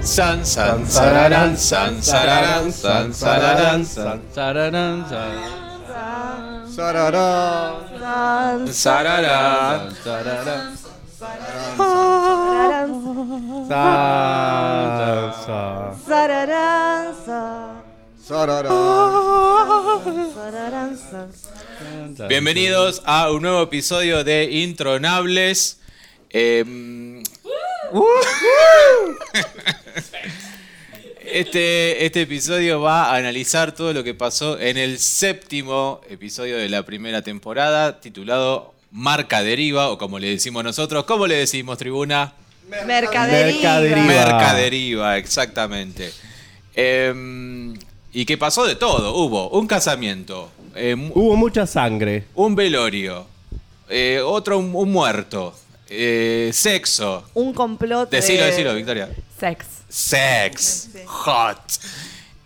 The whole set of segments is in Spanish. San, san, sararán, san, sararán, san, sararán, san, Sararán, sararán, sararán, sararán, sararán, san, Sararán, san. sararán, sa- sararán. sararán, sa- Bienvenidos a un nuevo episodio de Intronables. Em, Este, este episodio va a analizar todo lo que pasó en el séptimo episodio de la primera temporada, titulado Marca Deriva, o como le decimos nosotros, ¿cómo le decimos, tribuna? Mercaderiva. Mercaderiva. Mercaderiva, exactamente. Em, y que pasó de todo. Hubo un casamiento, em, Hubo mucha sangre. un velorio, eh, otro un, un muerto, eh, sexo. Un complot. Decilo, de- decilo, Victoria. Sex. Sex. Hot.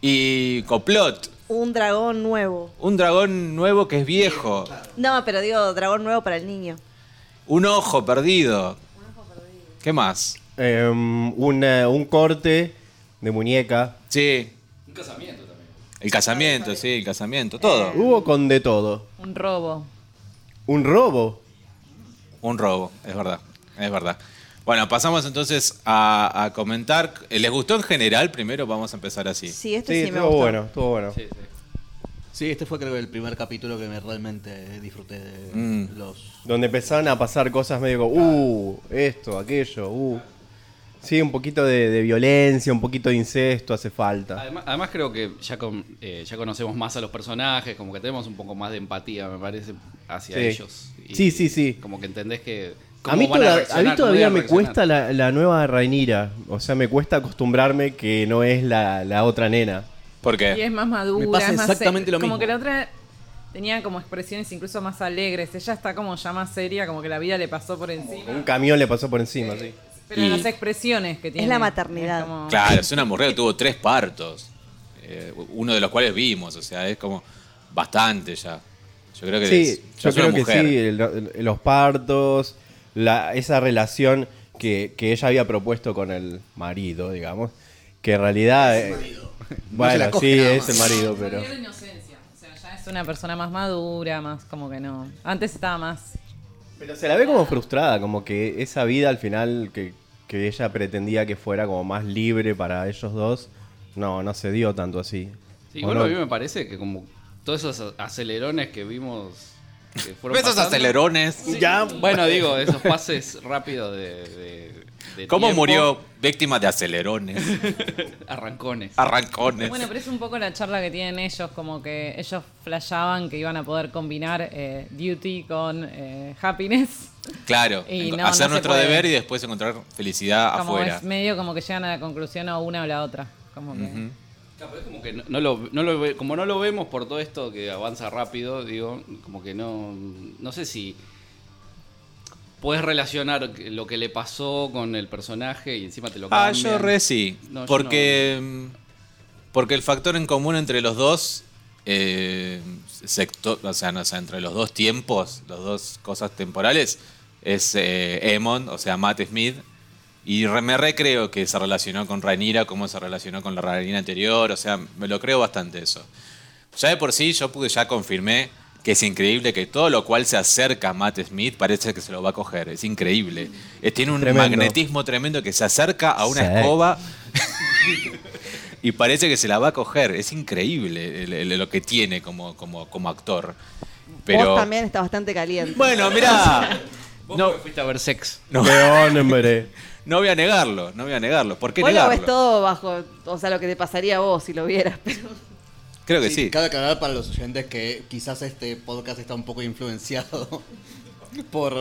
Y complot. Un dragón nuevo. Un dragón nuevo que es viejo. No, pero digo, dragón nuevo para el niño. Un ojo perdido. ¿Qué más? Em, una- un corte de muñeca. Sí. Un casamiento también. El casamiento, sí, el casamiento, todo. Hubo con de todo. Un robo. Un robo. Un robo, es verdad, es verdad. Bueno, pasamos entonces a, a comentar. Eh, ¿Les gustó en general? Primero vamos a empezar así. Sí, esto Sí, Este sí, me estuvo gustó. bueno, estuvo bueno. Sí, este fue creo el primer capítulo que me realmente disfruté de Mm. los... Donde empezaron a pasar cosas medio como, uh, esto, aquello, uh. Sí, un poquito de, de violencia, un poquito de incesto hace falta. Además, además creo que ya, con- eh, ya conocemos más a los personajes, como que tenemos un poco más de empatía, me parece, hacia Sí. ellos. Sí, sí, sí. Como que entendés que... A mí, cómo van toda- a reaccionar, mí cómo todavía van a me reaccionar. cuesta la, la nueva Rainira. O sea, me cuesta acostumbrarme que no es la, la otra nena. ¿Por Y qué? es más madura. Me pasa es más exactamente se- lo Como mismo. que la otra tenía como expresiones incluso más alegres. Ella está como ya más seria, como que la vida le pasó por Un encima. camión le pasó por encima, sí. Pero Y- las expresiones que tiene. la maternidad. es como- Claro, es una mujer que tuvo tres partos, eh, uno de los cuales vimos, o sea, es como bastante ya. Yo creo que es- Sí, ya yo es una creo que mujer. sí. el- el- los partos, la- esa relación que, que ella había propuesto con el marido, digamos. Que en realidad. eh, se Bueno, la coge sí, nada es el marido, pero. Perdió la inocencia. O sea, ya es una persona más madura, más como que no. Antes estaba más. Pero se la ve como frustrada, como que esa vida al final que, que ella pretendía que fuera como más libre para ellos dos, no, no se dio tanto así. Sí, ¿O igual no? a mí me parece que como todos esos acelerones que vimos... Que fueron ¿Ves esos pasando- acelerones? Sí. Bueno, digo, esos pases rápidos de... de- de ¿Cómo tiempo, murió víctima de acelerones, Arrancones. arrancones? Bueno, pero es un poco la charla que tienen ellos, como que ellos flashaban que iban a poder combinar eh, duty con eh, happiness. claro, Y enco- no, no hacer se nuestro puede. deber y después encontrar felicidad Como afuera. es medio como que llegan a la conclusión o una o la otra. Como que. Claro, pero es como que no, no lo, no lo ve- como no lo vemos por todo esto que avanza rápido, digo, como que no, no sé si puedes relacionar lo que le pasó con el personaje y encima te lo Ah, cambian. yo re sí. No, yo porque, mm, porque el factor en común entre los dos, eh, secto- o, sea, no, o sea, entre los dos tiempos, las dos cosas temporales, es eh, Emon, o sea, Matt Smith. Y re- me recreo que se relacionó con Ranira, cómo se relacionó con la Ranira anterior, o sea, me lo creo bastante eso. Ya de por sí, yo pude, ya confirmé que es increíble que todo lo cual se acerca a Matt Smith parece que se lo va a coger. Es increíble. Eh, Tiene un Tremendo. magnetismo tremendo que se acerca a una Sex. escoba y parece que se la va a coger. Es increíble el- el- lo que tiene como, como, como actor. Pero. Vos también está bastante caliente. Bueno, mirá. Vos No, porque fuiste a ver sex. no, ¡Qué hombre! no voy a negarlo, no voy a negarlo. ¿Por qué Vos lo ves negarlo? todo bajo, o sea, lo que te pasaría a vos si lo vieras. Pero Creo que Sí, sí. Cabe aclarar para los oyentes que quizás este podcast está un poco influenciado por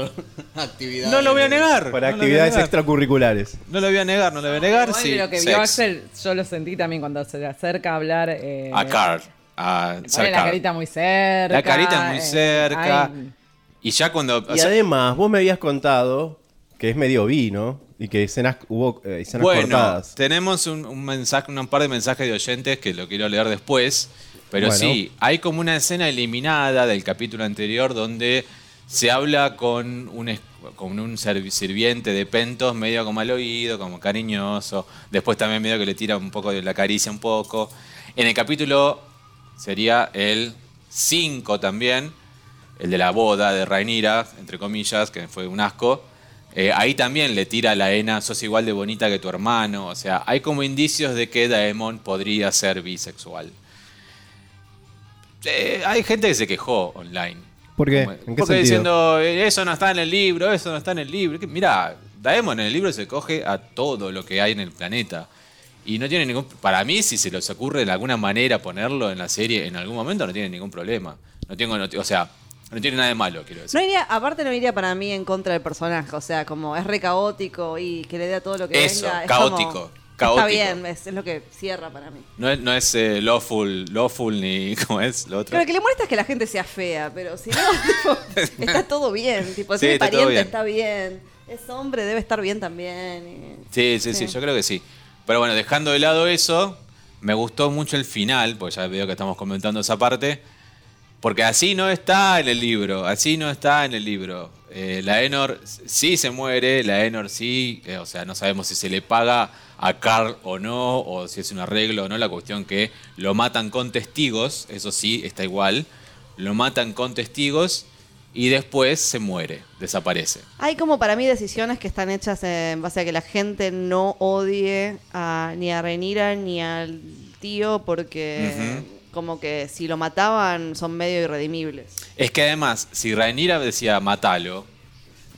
actividades. No lo voy a negar. Para no lo voy a actividades negar. extracurriculares. No lo voy a negar, no lo voy a negar. Igual sí, lo que vio sex. Axel, yo lo sentí también cuando se le acerca a hablar. eh, A Carl. A le Sir pone la Carl. carita muy cerca. La carita muy eh, cerca. ay, Y ya cuando. o Y sea, además, vos me habías contado que es medio vino y que escenas, hubo eh, escenas bueno, cortadas. tenemos un, un mensaje, un par de mensajes de oyentes que lo quiero leer después. Pero Bueno. sí, hay como una escena eliminada del capítulo anterior donde se habla con un, es- con un servi- sirviente de Pentos medio como al oído, como cariñoso. Después también medio que le tira un poco de la caricia un poco. En el capítulo sería el 5 también, el de la boda de Rainira, entre comillas, que fue un asco. Eh, ahí también le tira la ENA, sos igual de bonita que tu hermano. O sea, hay como indicios de que Daemon podría ser bisexual. Eh, hay gente que se quejó online. ¿Por qué? Como- ¿En qué Porque sentido? diciendo, "Eh, eso no está en el libro, eso no está en el libro. Que- Mirá, Daemon en el libro se coge a todo lo que hay en el planeta. Y no tiene ningún... Para mí, si se les ocurre de alguna manera ponerlo en la serie en algún momento, no tiene ningún problema. No tengo... no- o sea, no tiene nada de malo, quiero decir. No iría, aparte no iría para mí en contra del personaje, o sea, como es re caótico y que le dé a todo lo que Eso, venga. es caótico, como, caótico. Está bien, es, es lo que cierra para mí. No es, no es eh, lawful, lawful ni cómo es lo otro. Pero lo que le molesta es que la gente sea fea, pero si no, tipo, está todo bien, tipo, si Sí, es está todo pariente bien. está bien, es hombre, debe estar bien también. y- Sí, sí, sí, Sí. yo creo que sí. Pero bueno, dejando de lado eso, me gustó mucho el final, porque ya veo que estamos comentando esa parte, porque así no está en el libro, así no está en el libro. Eh, la Enor sí se muere, la Enor sí, eh, o sea, no sabemos si se le paga a Carl o no, o si es un arreglo o no, la cuestión que lo matan con testigos, eso sí, está igual, lo matan con testigos y después se muere, desaparece. Hay como para mí decisiones que están hechas en base a que la gente no odie a- ni a Renira ni al tío porque como que si lo mataban son medio irredimibles. Es que además, si Rhaenyra decía matalo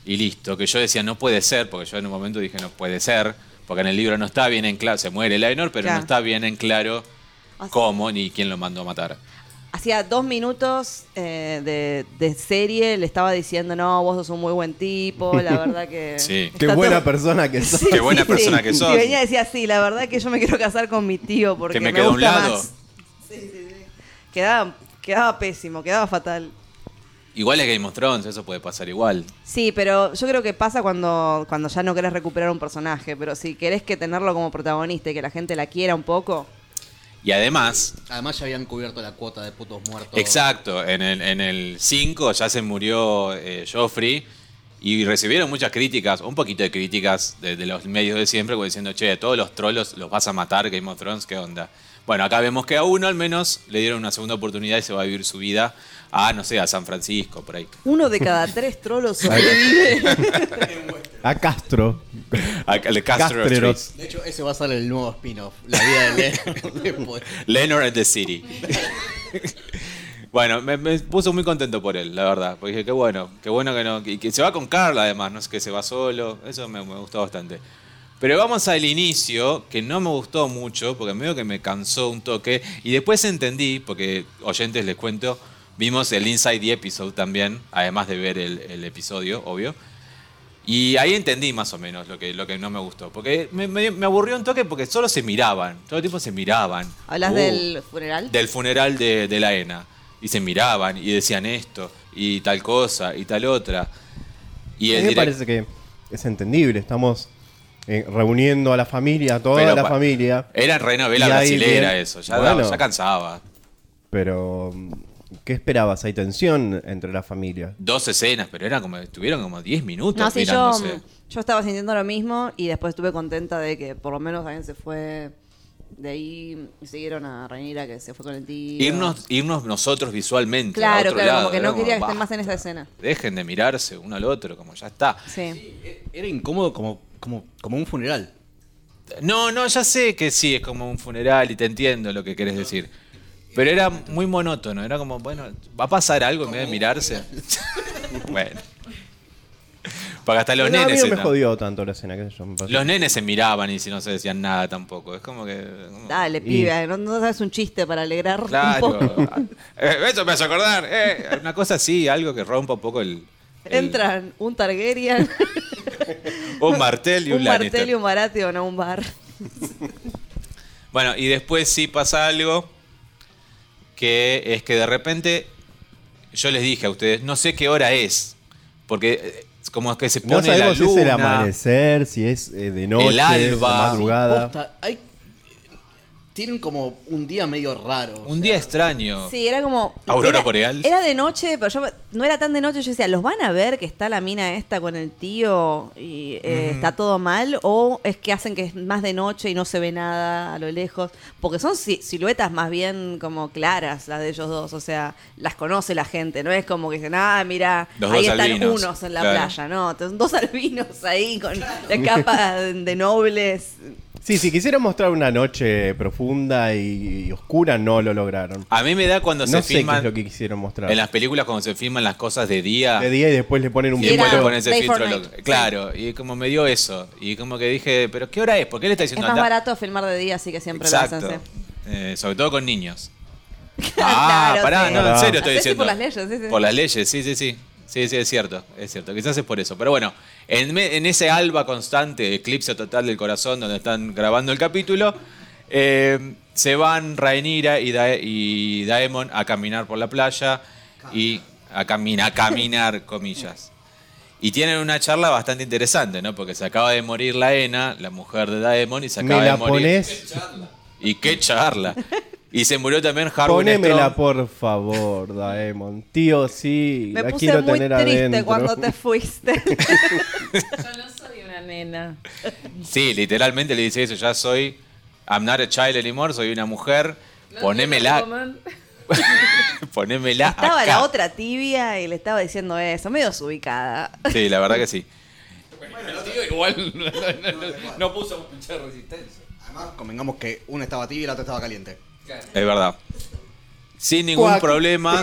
y listo, que yo decía no puede ser, porque yo en un momento dije no puede ser, porque en el libro no está bien en claro, se muere Laenor, pero Claro. no está bien en claro O sea- cómo ni quién lo mandó a matar. Hacía dos minutos eh, de, de serie le estaba diciendo, no, vos sos un muy buen tipo, la verdad que... Sí. Qué está buena todo- persona que sos. Sí, Qué buena sí, persona sí. que sos. Y venía y decía, sí, la verdad que yo me quiero casar con mi tío porque Que me me, quedo a un gusta lado. más. Sí, sí, sí. Quedaba, quedaba pésimo, quedaba fatal. Igual es Game of Thrones, eso puede pasar igual. Sí, pero yo creo que pasa cuando, cuando ya no querés recuperar un personaje, pero si querés que tenerlo como protagonista y que la gente la quiera un poco, Y además, Además ya habían cubierto la cuota de putos muertos. exacto, en el, en el 5 ya se murió eh, Joffrey y recibieron muchas críticas, un poquito de críticas de, de los medios de siempre, como diciendo, che, todos los trolos los vas a matar, Game of Thrones, ¿qué onda? Bueno, acá vemos que a uno al menos le dieron una segunda oportunidad y se va a vivir su vida a, no sé, a San Francisco, por ahí. uno de cada tres trolos sobrevive. A Castro. A, al Castro Castrero. Street. De hecho, ese va a ser el nuevo spin-off. La vida de Leo después. Leonard at the City. bueno, me, me puso muy contento por él, la verdad. Porque dije, qué bueno, qué bueno que no. Y que se va con Carla, además, no es que se va solo. Eso me, me gustó bastante. Pero vamos al inicio, que no me gustó mucho, porque medio que me cansó un toque. Y después entendí, porque oyentes les cuento, vimos el Inside the Episode también, además de ver el- el episodio, obvio. Y ahí entendí más o menos lo que, lo que no me gustó. Porque me, me- me aburrió un toque porque solo se miraban. Todo el tiempo se miraban. ¿Hablas Uh, del funeral? Del funeral de, de la ENA. Y se miraban y decían esto y tal cosa y tal otra. Y a el mí me direc- parece que es entendible. Estamos eh, reuniendo a la familia, a toda Pero la pa- eh, familia. Era re novela Y ahí brasilera bien- eso. Ya, Bueno. daba, ya cansaba. Pero, mm, ¿qué esperabas? Hay tensión entre la familia. Dos escenas, pero era como, estuvieron como 10 minutos No, sí, yo, mirándose. yo estaba sintiendo lo mismo y después estuve contenta de que por lo menos alguien se fue de ahí y siguieron a Ranira que se fue con el tío. Irnos, irnos nosotros visualmente. a Claro, otro claro, lado, como que era no quería que estén "Bah, más en esa escena. Dejen de mirarse uno al otro, como ya está. Sí. e-, Era incómodo como, como, como un funeral. No, no, ya sé que sí, es como un funeral y te entiendo lo que querés decir. Pero era muy monótono, era como, bueno, va a pasar algo en vez de mirarse. bueno. Porque hasta los No, a mí nenes. no se- me jodió tanto la escena, qué sé yo. me pasó. Los nenes se miraban y si no se decían nada tampoco. Es como que. como- Dale, pibe, no, no sabes un chiste para alegrar un poco. Claro. Eh, eso me hace acordar. eh, una cosa así, algo que rompa un poco el. el- Entran un Targaryen, Un martel y un, un Lannister. Martelio Maratheon a un bar. Bueno, y después sí pasa algo que es que de repente yo les dije a ustedes, no sé qué hora es, porque eh, como es que se No pone la sabemos si es el luna. amanecer, si es eh, de noche, El alba. de madrugada. Posta, hay, tienen como un día medio raro. o Un sea, día extraño. Sí, era como. Aurora era- boreal. Era de noche, pero yo no era tan de noche. Yo decía, ¿los van a ver que está la mina esta con el tío y eh, está todo mal? ¿O es que hacen que es más de noche y no se ve nada a lo lejos? Porque son si- siluetas más bien como claras las de ellos dos. O sea, las conoce la gente. No es como que dicen, ah, mira, Los ahí dos están albinos, unos en la claro. playa. No, entonces, dos albinos ahí con la capa de nobles. Sí, si quisiera mostrar una noche profunda y, y oscura, no lo lograron. A mí me da cuando no Ah, se sé qué es filman. lo que quisieron mostrar. En las películas, cuando se filman las cosas de día. De día y después le ponen un Y Era después le filtro. ponen ese Day for filtro. Night, lo- sí. Claro, y como me dio eso. Y como que dije, ¿pero qué hora es? ¿Por qué le está Es diciendo más andá? barato filmar de día, así que siempre lo Exacto. hacen. sí. Eh, sobre todo con niños. ah, Claro, pará, sí. no, en Pará. serio estoy Hacés sí diciendo. por las leyes, sí, sí. Por las leyes, sí, sí, sí. Sí, sí, es cierto, es cierto. Quizás es por eso. Pero bueno, en, me- en ese alba constante, eclipse total del corazón, donde están grabando el capítulo, eh, se van Rhaenyra y, Dae- y Daemon a caminar por la playa y a, caminar, a caminar, comillas. Y tienen una charla bastante interesante, ¿no? Porque se acaba de morir Laena, la mujer de Daemon, y se acaba ¿Me de la morir. pones? Y qué charla. Y se murió también Harwin Ponémela, Strong. por favor, Daemon. Tío, sí, Me la puse quiero muy tener triste adentro. cuando te fuiste. Yo no soy una nena. Sí, literalmente le dice eso. Ya soy. I'm not a child anymore, soy una mujer. ponémela. Ponémela. estaba acá. la otra tibia y le estaba diciendo eso, medio desubicada. Sí, la verdad que sí. El tío igual no, no- no- no puso mucha resistencia. Además, convengamos que una estaba tibia y la otra estaba caliente. Es verdad. Sin ningún Cuac. problema.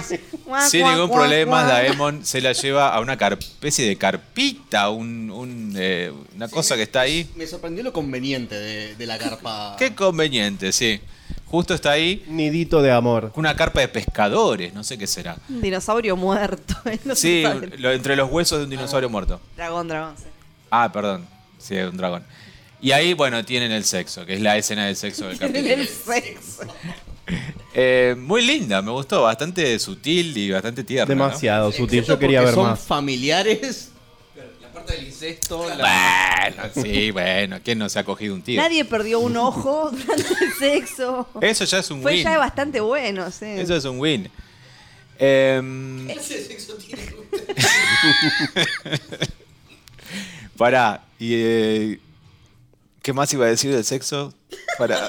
Cuac, sin cuac, ningún cuac, problema, cuac. Daemon se la lleva a una car- especie de carpita, un, un, eh, una cosa que está ahí. Me sorprendió lo conveniente de, de la carpa. Eh, Qué conveniente, sí. Justo está ahí. Nidito de amor. Una carpa de pescadores, no sé qué será. Un dinosaurio muerto. no se Sí, sabe. lo- entre los huesos de un dinosaurio muerto. Dragón, dragón. sí. Ah, perdón. Sí, un dragón. Y ahí, bueno, tienen el sexo, que es la escena del sexo del capítulo. El sexo. Eh, muy linda, me gustó. Bastante sutil y bastante tierna. ¿no? Demasiado sutil, Excepto yo quería porque ver son más. familiares. La parte del incesto, la, Bueno, sí, bueno. ¿Quién no se ha cogido un tío? Nadie perdió un ojo durante el sexo. Eso ya es un Fue win. ya bastante bueno, sí. Eso es un win. Em, Pará, y, eh, ¿qué más iba a decir del sexo? Pará.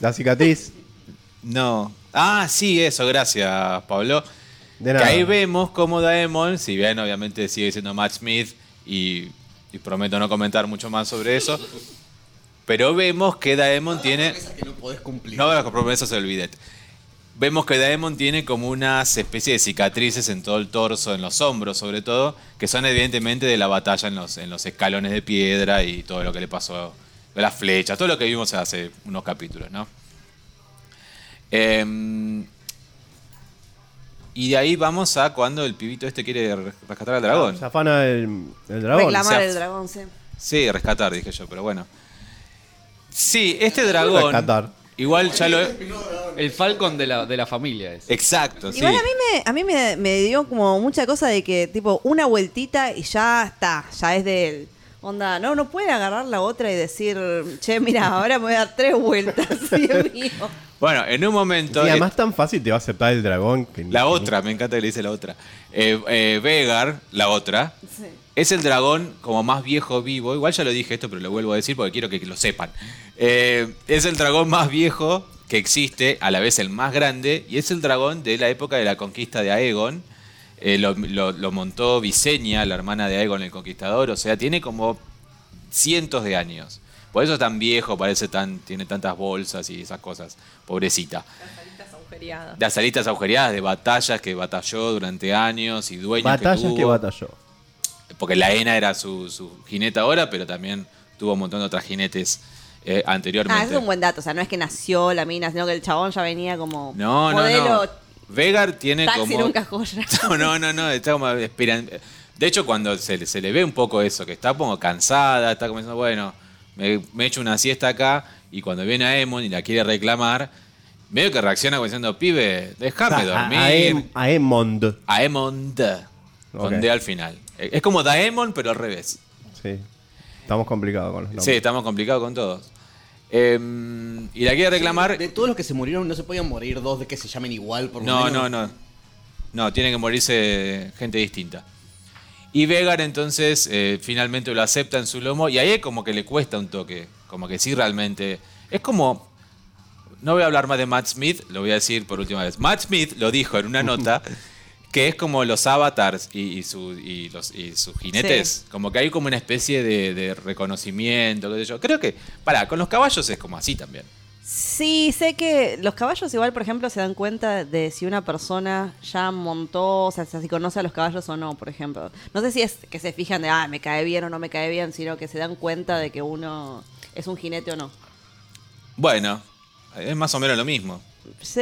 La cicatriz, No. Ah, sí, eso, gracias, Pablo. de nada. Que ahí vemos cómo Daemon, si bien obviamente sigue siendo Matt Smith y, y prometo no comentar mucho más sobre eso, pero vemos que Daemon tiene... Esas que no podés cumplir. No hagas promesas, olvidet. Vemos que Daemon tiene como unas especies de cicatrices en todo el torso, en los hombros sobre todo, que son evidentemente de la batalla en los, en los escalones de piedra y todo lo que le pasó, las flechas, todo lo que vimos hace unos capítulos, ¿no? Em, y de ahí vamos a cuando el pibito este quiere re- rescatar al dragón. Se afana el, el dragón. Reclamar se- el dragón, sí. Sí, rescatar, dije yo, pero bueno. Sí, este dragón... Rescatar. Igual ya lo... he- el Falcon de la, de la familia es. Exacto, sí. Igual a mí, me, a mí me, me dio como mucha cosa de que, tipo, una vueltita y ya está, ya es de él. Onda, no, no pueden agarrar la otra y decir, che, mira, ahora me voy a dar tres vueltas, Dios mío. Bueno, en un Y momento. además tan fácil te va a aceptar el dragón. Que eh, ni- la otra, me encanta que le dice la otra. Eh, eh, Vegar, la otra, Sí. es el dragón como más viejo vivo. Igual ya lo dije esto, pero lo vuelvo a decir porque quiero que lo sepan. Eh, es el dragón más viejo que existe, a la vez el más grande, y es el dragón de la época de la conquista de Aegon. Eh, lo, lo- lo montó Visenya, la hermana de Aegon el Conquistador. O sea, tiene como cientos de años. Por eso es tan viejo, parece tan, tiene tantas bolsas y esas cosas. Pobrecita. Agujeriada. Las alitas agujereadas de batallas que batalló durante años y dueños Batallas que que tuvo. batalló. porque la ENA era su, su jineta ahora, pero también tuvo un montón de otras jinetes eh, anteriormente. Ah, eso es un buen dato, o sea, no es que nació la mina, sino que el chabón ya venía como No, no, modelo no. Vegar tiene taxi como... nunca joya. No, no, no, no, está como esperan- De hecho, cuando se, le- se le ve un poco eso, que está como cansada, está como diciendo, bueno, me, me echo una siesta acá, y cuando viene a Emon y la quiere reclamar, medio que reacciona como diciendo, pibe, déjame A- a- dormir. a Em- A Emond. Aemond. Con Ok. D al final. Eh, Es como Daemon, pero al revés. Sí. Estamos complicados con los nombres. Sí, estamos complicados con todos. Em, y la quiere reclamar. De todos los que se murieron, no se podían morir dos de que se llamen igual por lo No, no, menos? no. No, tiene que morirse gente distinta. Y Vegar entonces eh, finalmente lo acepta en su lomo y ahí es como que le cuesta un toque. Como que sí realmente. Es como. No voy a hablar más de Matt Smith, lo voy a decir por última vez. Matt Smith lo dijo en una nota que es como los avatars y, y su- y los, y sus jinetes. Como que hay como una especie de, de reconocimiento, qué sé yo. Creo que, pará, con los caballos es como así también. Sí, sé que los caballos igual, por ejemplo, se dan cuenta de si una persona ya montó, o sea, si conoce a los caballos o no, por ejemplo. No sé si es que se fijan de, ah, me cae bien o no me cae bien, sino que se dan cuenta de que uno es un jinete o no. Bueno, es más o menos lo mismo. Sí.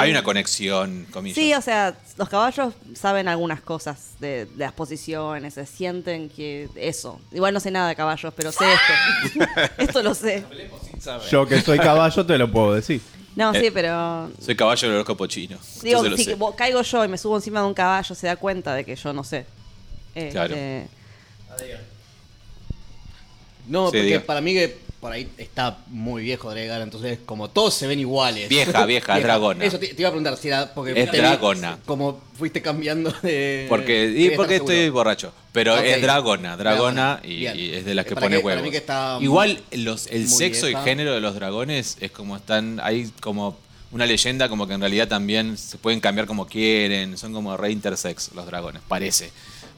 Hay una conexión, comillas. Eh, Sí, o sea, los caballos saben algunas cosas de, de las posiciones, se sienten que eso. Igual no sé nada de caballos, pero sé esto. esto lo sé. Yo que soy caballo te lo puedo decir. No, Eh, sí, pero Soy caballo del horóscopo chino. Digo, Entonces lo sí, sé. que bo- caigo yo y me subo encima de un caballo, se da cuenta de que yo no sé. Este, Claro. No, Sí, porque diga. para mí que por ahí está muy viejo Dregar, entonces como todos se ven iguales. Vieja, vieja, dragona. Eso te, te iba a preguntar si era porque Es te vi- dragona. como fuiste cambiando de Porque, quería y estar porque Eh, seguro. estoy borracho. Pero Ok. es dragona, dragona y, Bien. y es de las que Para pone mí- para huevos. mí que está muy- Igual los, el muy sexo vieja. y género de los dragones es como están, hay como una leyenda como que en realidad también se pueden cambiar como quieren, son como re intersex los dragones, parece.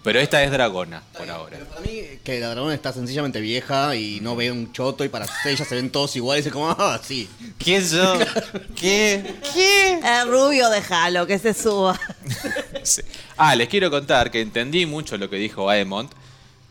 Pero esta es dragona por ahora. Pero para mí que la dragona está sencillamente vieja y no ve un choto y para ellas se ven todos iguales y como, ah, sí. ¿Qué yo? ¿Qué? El rubio, déjalo, que se suba. Sí. Ah, les quiero contar que entendí mucho lo que dijo Aemont,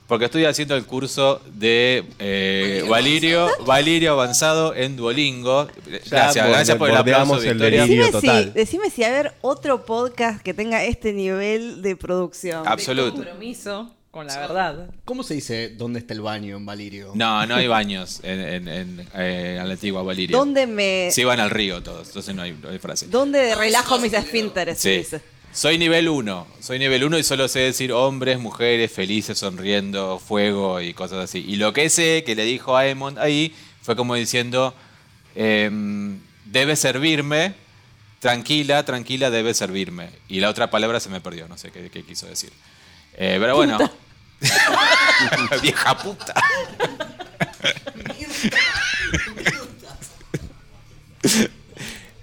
porque estoy haciendo el curso de eh, Valirio, Valirio avanzado en Duolingo. Gracias, borde- gracias por el aplauso, bordeamos el Victoria. delirio. Decime si, total. decime si haber otro podcast que tenga este nivel de producción. Ah, Absoluto. compromiso con la verdad. ¿Cómo se dice dónde está el baño en Valirio? No, no hay baños en, en- en, eh, en la antigua Valirio. ¿Dónde me. Se van al río todos, entonces no hay, no hay frase. ¿Dónde relajo mis esfínteres? Sí. dice. Soy nivel 1, soy nivel 1 y solo sé decir hombres, mujeres, felices, sonriendo, fuego y cosas así. Y lo que sé que le dijo a Emond ahí fue como diciendo, em, debe servirme, tranquila, tranquila, debe servirme. Y la otra palabra se me perdió, no sé qué, qué quiso decir. Eh, pero bueno, vieja puta.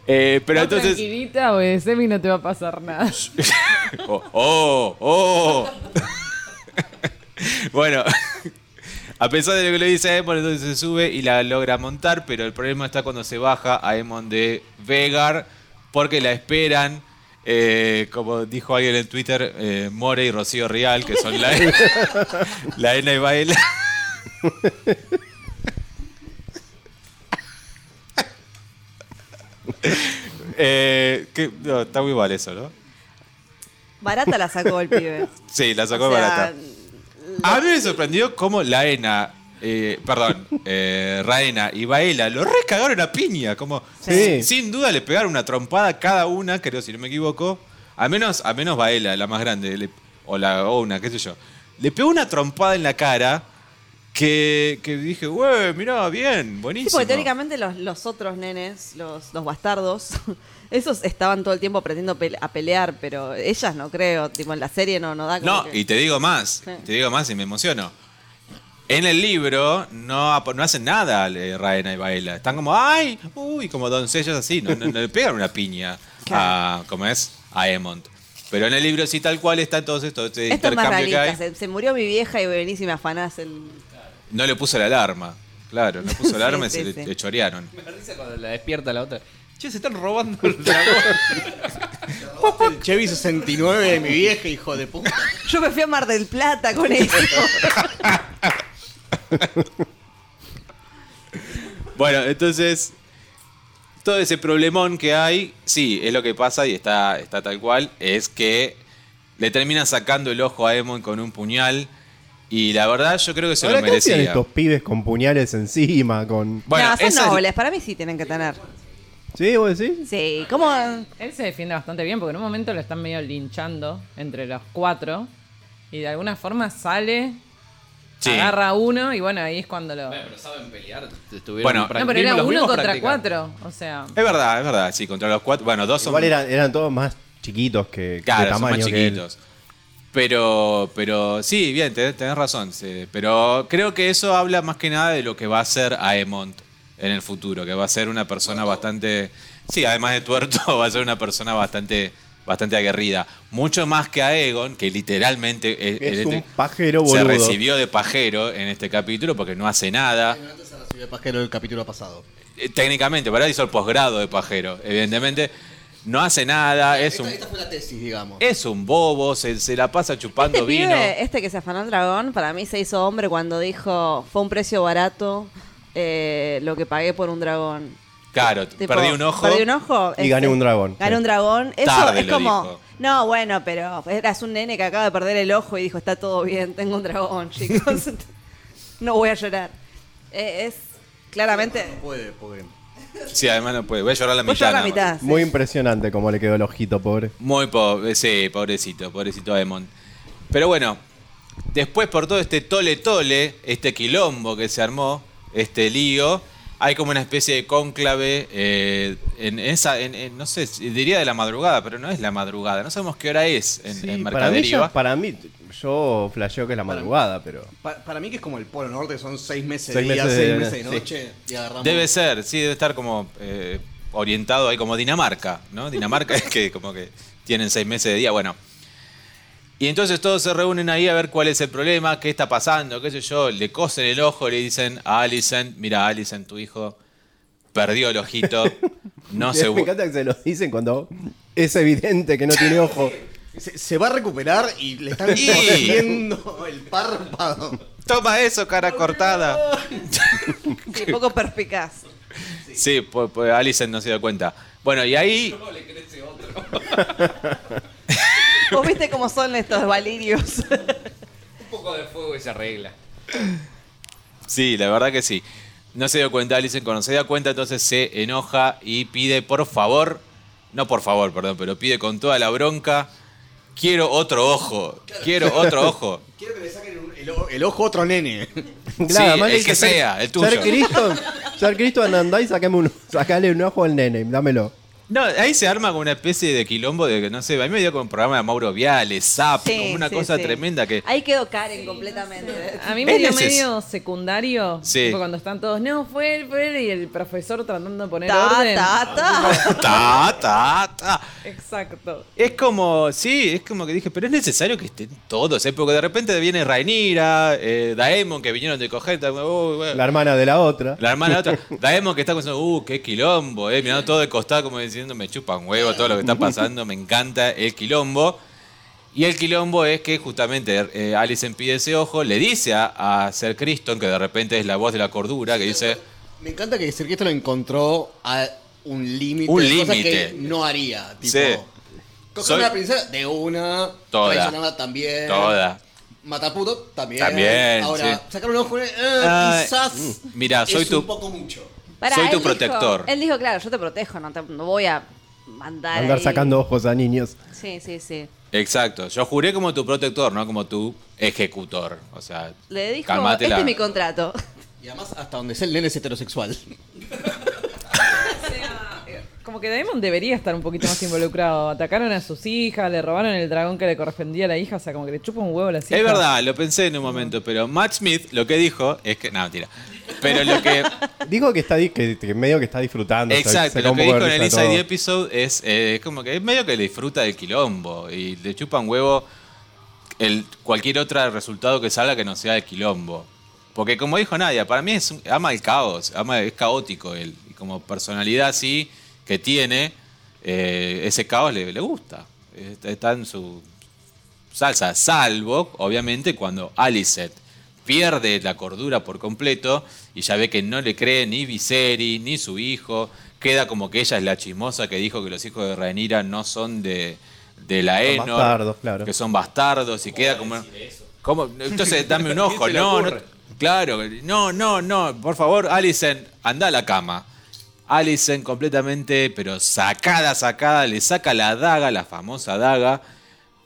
Eh, pero Vos entonces... Tranquilita, obedeceme y no te va a pasar nada. Oh, oh, oh. bueno, a pesar de lo que le dice a Aemon, entonces se sube y la logra montar, pero el problema está cuando se baja a Aemon de Vegar, porque la esperan. eh, como dijo alguien en Twitter, eh, More y Rocío Real, que son la, la Ena y Baela. Eh, que- no, está muy mal eso, ¿no? Barata la sacó el pibe. Sí, la sacó O sea, barata. A mí me sorprendió cómo Laena, eh, perdón, eh, Raena y Baela lo recagaron a piña. Como, Sí. sin, sin duda le pegaron una trompada a cada una, creo, si no me equivoco. A menos, a menos Baela, la más grande, le- o la o una, qué sé yo. Le pegó una trompada en la cara que, que dije, güey, mirá, bien, Sí, buenísimo. porque teóricamente los, los otros nenes, los, los bastardos, esos estaban todo el tiempo aprendiendo pele- a pelear, pero ellas no creo. Tipo, en la serie no, no da Ah, como No, que- y te digo más, Sí. te digo más y me emociono. En el libro no, ap- no hacen nada eh, Raena y Baela. Están como, ay, uy, como doncellas así. No, no- no le pegan una piña a, ¿cómo es? A Emond. Pero en el libro sí tal cual está entonces todo este Esto es más eh. intercambio que realista. hay. Se, se murió mi vieja y venís y me afanás el. No le puso la alarma. Claro, no puso la alarma Sí, y sí, se le, sí. le chorearon. Me da risa cuando la despierta la otra. Che, se están robando el dragón. Este El Chevy 69 de mi vieja, hijo de puta. Yo me fui a Mar del Plata con eso. Bueno, entonces, todo ese problemón que hay, sí, es lo que pasa y está, está tal cual, es que le termina sacando el ojo a Emon con un puñal y la verdad yo creo que se Ahora, lo ¿qué hacían merecía. estos pibes con puñales encima? Con... no, son esa es- nobles. Para mí sí tienen que tener. ¿Sí? ¿Vos decís? Sí, ¿cómo? Él se defiende bastante bien porque en un momento lo están medio linchando entre los cuatro y de alguna forma sale Sí. Agarra uno y bueno, ahí es cuando lo. Bueno, pero saben pelear. Estuvieron Bueno, No, pero era los uno vimos contra practicar. cuatro. O sea. Es verdad, es verdad, sí, contra los cuatro. Bueno, dos son, Igual eran, eran todos más chiquitos que de claro, son tamaño más que él. chiquitos. Pero, pero sí, bien, tenés, tenés razón. sí. Pero creo que eso habla más que nada de lo que va a ser Aemont en el futuro, que va a ser una persona bastante. Sí, además de tuerto, va a ser una persona bastante bastante aguerrida. Mucho más que Aegon, que literalmente eh, Es eh, un te- pajero se boludo. recibió de pajero en este capítulo porque no hace nada. Antes se recibió pajero el capítulo pasado. Eh, Técnicamente, para hizo el posgrado de pajero, evidentemente. No hace nada, es Esta, un, esta fue la tesis, digamos. es un bobo, se, se la pasa chupando Este vino. pibe, este que se afanó el dragón, para mí se hizo hombre cuando dijo, fue un precio barato eh, lo que pagué por un dragón. Claro, Tipo, perdí un ojo. Perdí un ojo. este, Y gané un dragón. Gané Sí. un dragón. Eso Tarde es lo como. dijo. No, bueno, pero eras un nene que acaba de perder el ojo y dijo, está todo bien, tengo un dragón, chicos. no voy a llorar. Eh, es claramente. No puede, porque. Sí, además no puede. Voy a llorar la Voy a mitad. llorar la nada más. mitad. sí. Muy impresionante como le quedó el ojito, pobre. Muy pobre, sí, pobrecito, pobrecito Aemon. Pero bueno, después por todo este tole tole, este quilombo que se armó, este lío, hay como una especie de cónclave eh, en esa, en- en- no sé, diría de la madrugada, pero no es la madrugada, no sabemos qué hora es en, en Sí, para, mí, Mercaderiva. ya- para mí, yo flasheo que es la madrugada, pero... Pa- para mí que es como el Polo Norte, son seis meses Seis de día, meses de- seis meses de sí. noche. Y agarramos. Debe ser, sí, debe estar como eh, orientado ahí como Dinamarca, ¿no? Dinamarca es que como que tienen seis meses de día, bueno. Y entonces todos se reúnen ahí a ver cuál es el problema, qué está pasando, qué sé yo. Le cosen el ojo, le dicen a Allison, mira Allison, tu hijo perdió el ojito, no se... Me vu- encanta que se lo dicen cuando es evidente que no tiene ojo. Se, se va a recuperar y le están Y- mordiendo el párpado. Toma eso, cara cortada. Sí, poco perspicaz. Sí, pues pues Allison no se dio cuenta. Bueno, y ahí Vos viste cómo son estos valirios. Un poco de fuego y se arregla. Sí, la verdad que sí. No se dio cuenta, Alison. Cuando se da cuenta, entonces se enoja y pide, por favor, no por favor, perdón, pero pide con toda la bronca, quiero otro ojo, quiero otro ojo. Quiero que le saquen un- el, o- el ojo a otro nene. Sí, además le el dice, que "Ser- sea, el tuyo". Ser Cristo, ser Cristo andá y sacame un, sacale un ojo al nene, dámelo. No, ahí se arma como una especie de quilombo de que, no sé, a mí me dio como un programa de Mauro Viales, Zap, Sí, como una sí, cosa sí. tremenda que... Ahí quedó Karen completamente. A mí me dio Él es ese. medio secundario. Sí. tipo cuando están todos, no, fue él, fue él", Y el profesor tratando de poner Ta, orden. ta, ta. Ta, ta, ta. Exacto. Es como, sí, es como que dije, pero es necesario que estén todos, ¿eh? porque de repente viene Rainira, eh, Daemon, que vinieron de Cogeta, uy, bueno. La hermana de la otra. La hermana de la otra. Daemon que está pensando, uh, qué quilombo, eh, mirando todo de costado como diciendo, me chupan huevo todo lo que está pasando, me encanta el quilombo. Y el quilombo es que justamente eh, Alison pide ese ojo, le dice a, a Ser Criston, que de repente es la voz de la cordura, que dice, Me encanta que decir que esto lo encontró a un límite. Un de cosas límite. que no haría. Tipo, Sí. coger Soy- una princesa de una. Toda. traicionarla también. toda. Mataputo también. También, Ahora, sí. sacar un ojo. eh, Ah, quizás. mm. mira, soy es tu- un poco mucho. Pará, Soy tu él dijo- protector. él dijo, claro, yo te protejo, no, te- no voy a mandar. Andar ahí". sacando ojos a niños. Sí, sí, sí. Exacto, yo juré como tu protector, no como tu ejecutor. O sea, Le dijo, calmate este la- es mi contrato. Y además, hasta donde sea el nene es heterosexual. Como que Daemon debería estar un poquito más involucrado. Atacaron a sus hijas, le robaron el dragón que le correspondía a la hija, o sea, como que le chupa un huevo a las hijas. Es verdad, lo pensé en un momento, pero Matt Smith lo que dijo es que. No, mentira. Pero lo que. Dijo que está di- que, que medio que está disfrutando. exacto, sacó lo un que poco dijo de en el risa todo. Inside Episode es eh, como que es medio que disfruta del quilombo y le chupa un huevo el, cualquier otro resultado que salga que no sea el quilombo. Porque como dijo Nadia, para mí es un- ama el caos, ama, es caótico él. Y como personalidad así que tiene, eh, ese caos le, le gusta. Está- Está en su, salsa, salvo, obviamente, cuando Alicet pierde la cordura por completo y ya ve que no le cree ni Viseri ni su hijo, queda como que ella es la chismosa que dijo que los hijos de Rhaenyra no son de, de la Son Enor, bastardos, claro. que son bastardos y queda como... ¿Cómo? Entonces dame un ojo, se le no, no, ocurre? claro, no, no, no, por favor, Alicent, anda a la cama. Allison completamente, pero sacada, sacada, le saca la daga, la famosa daga,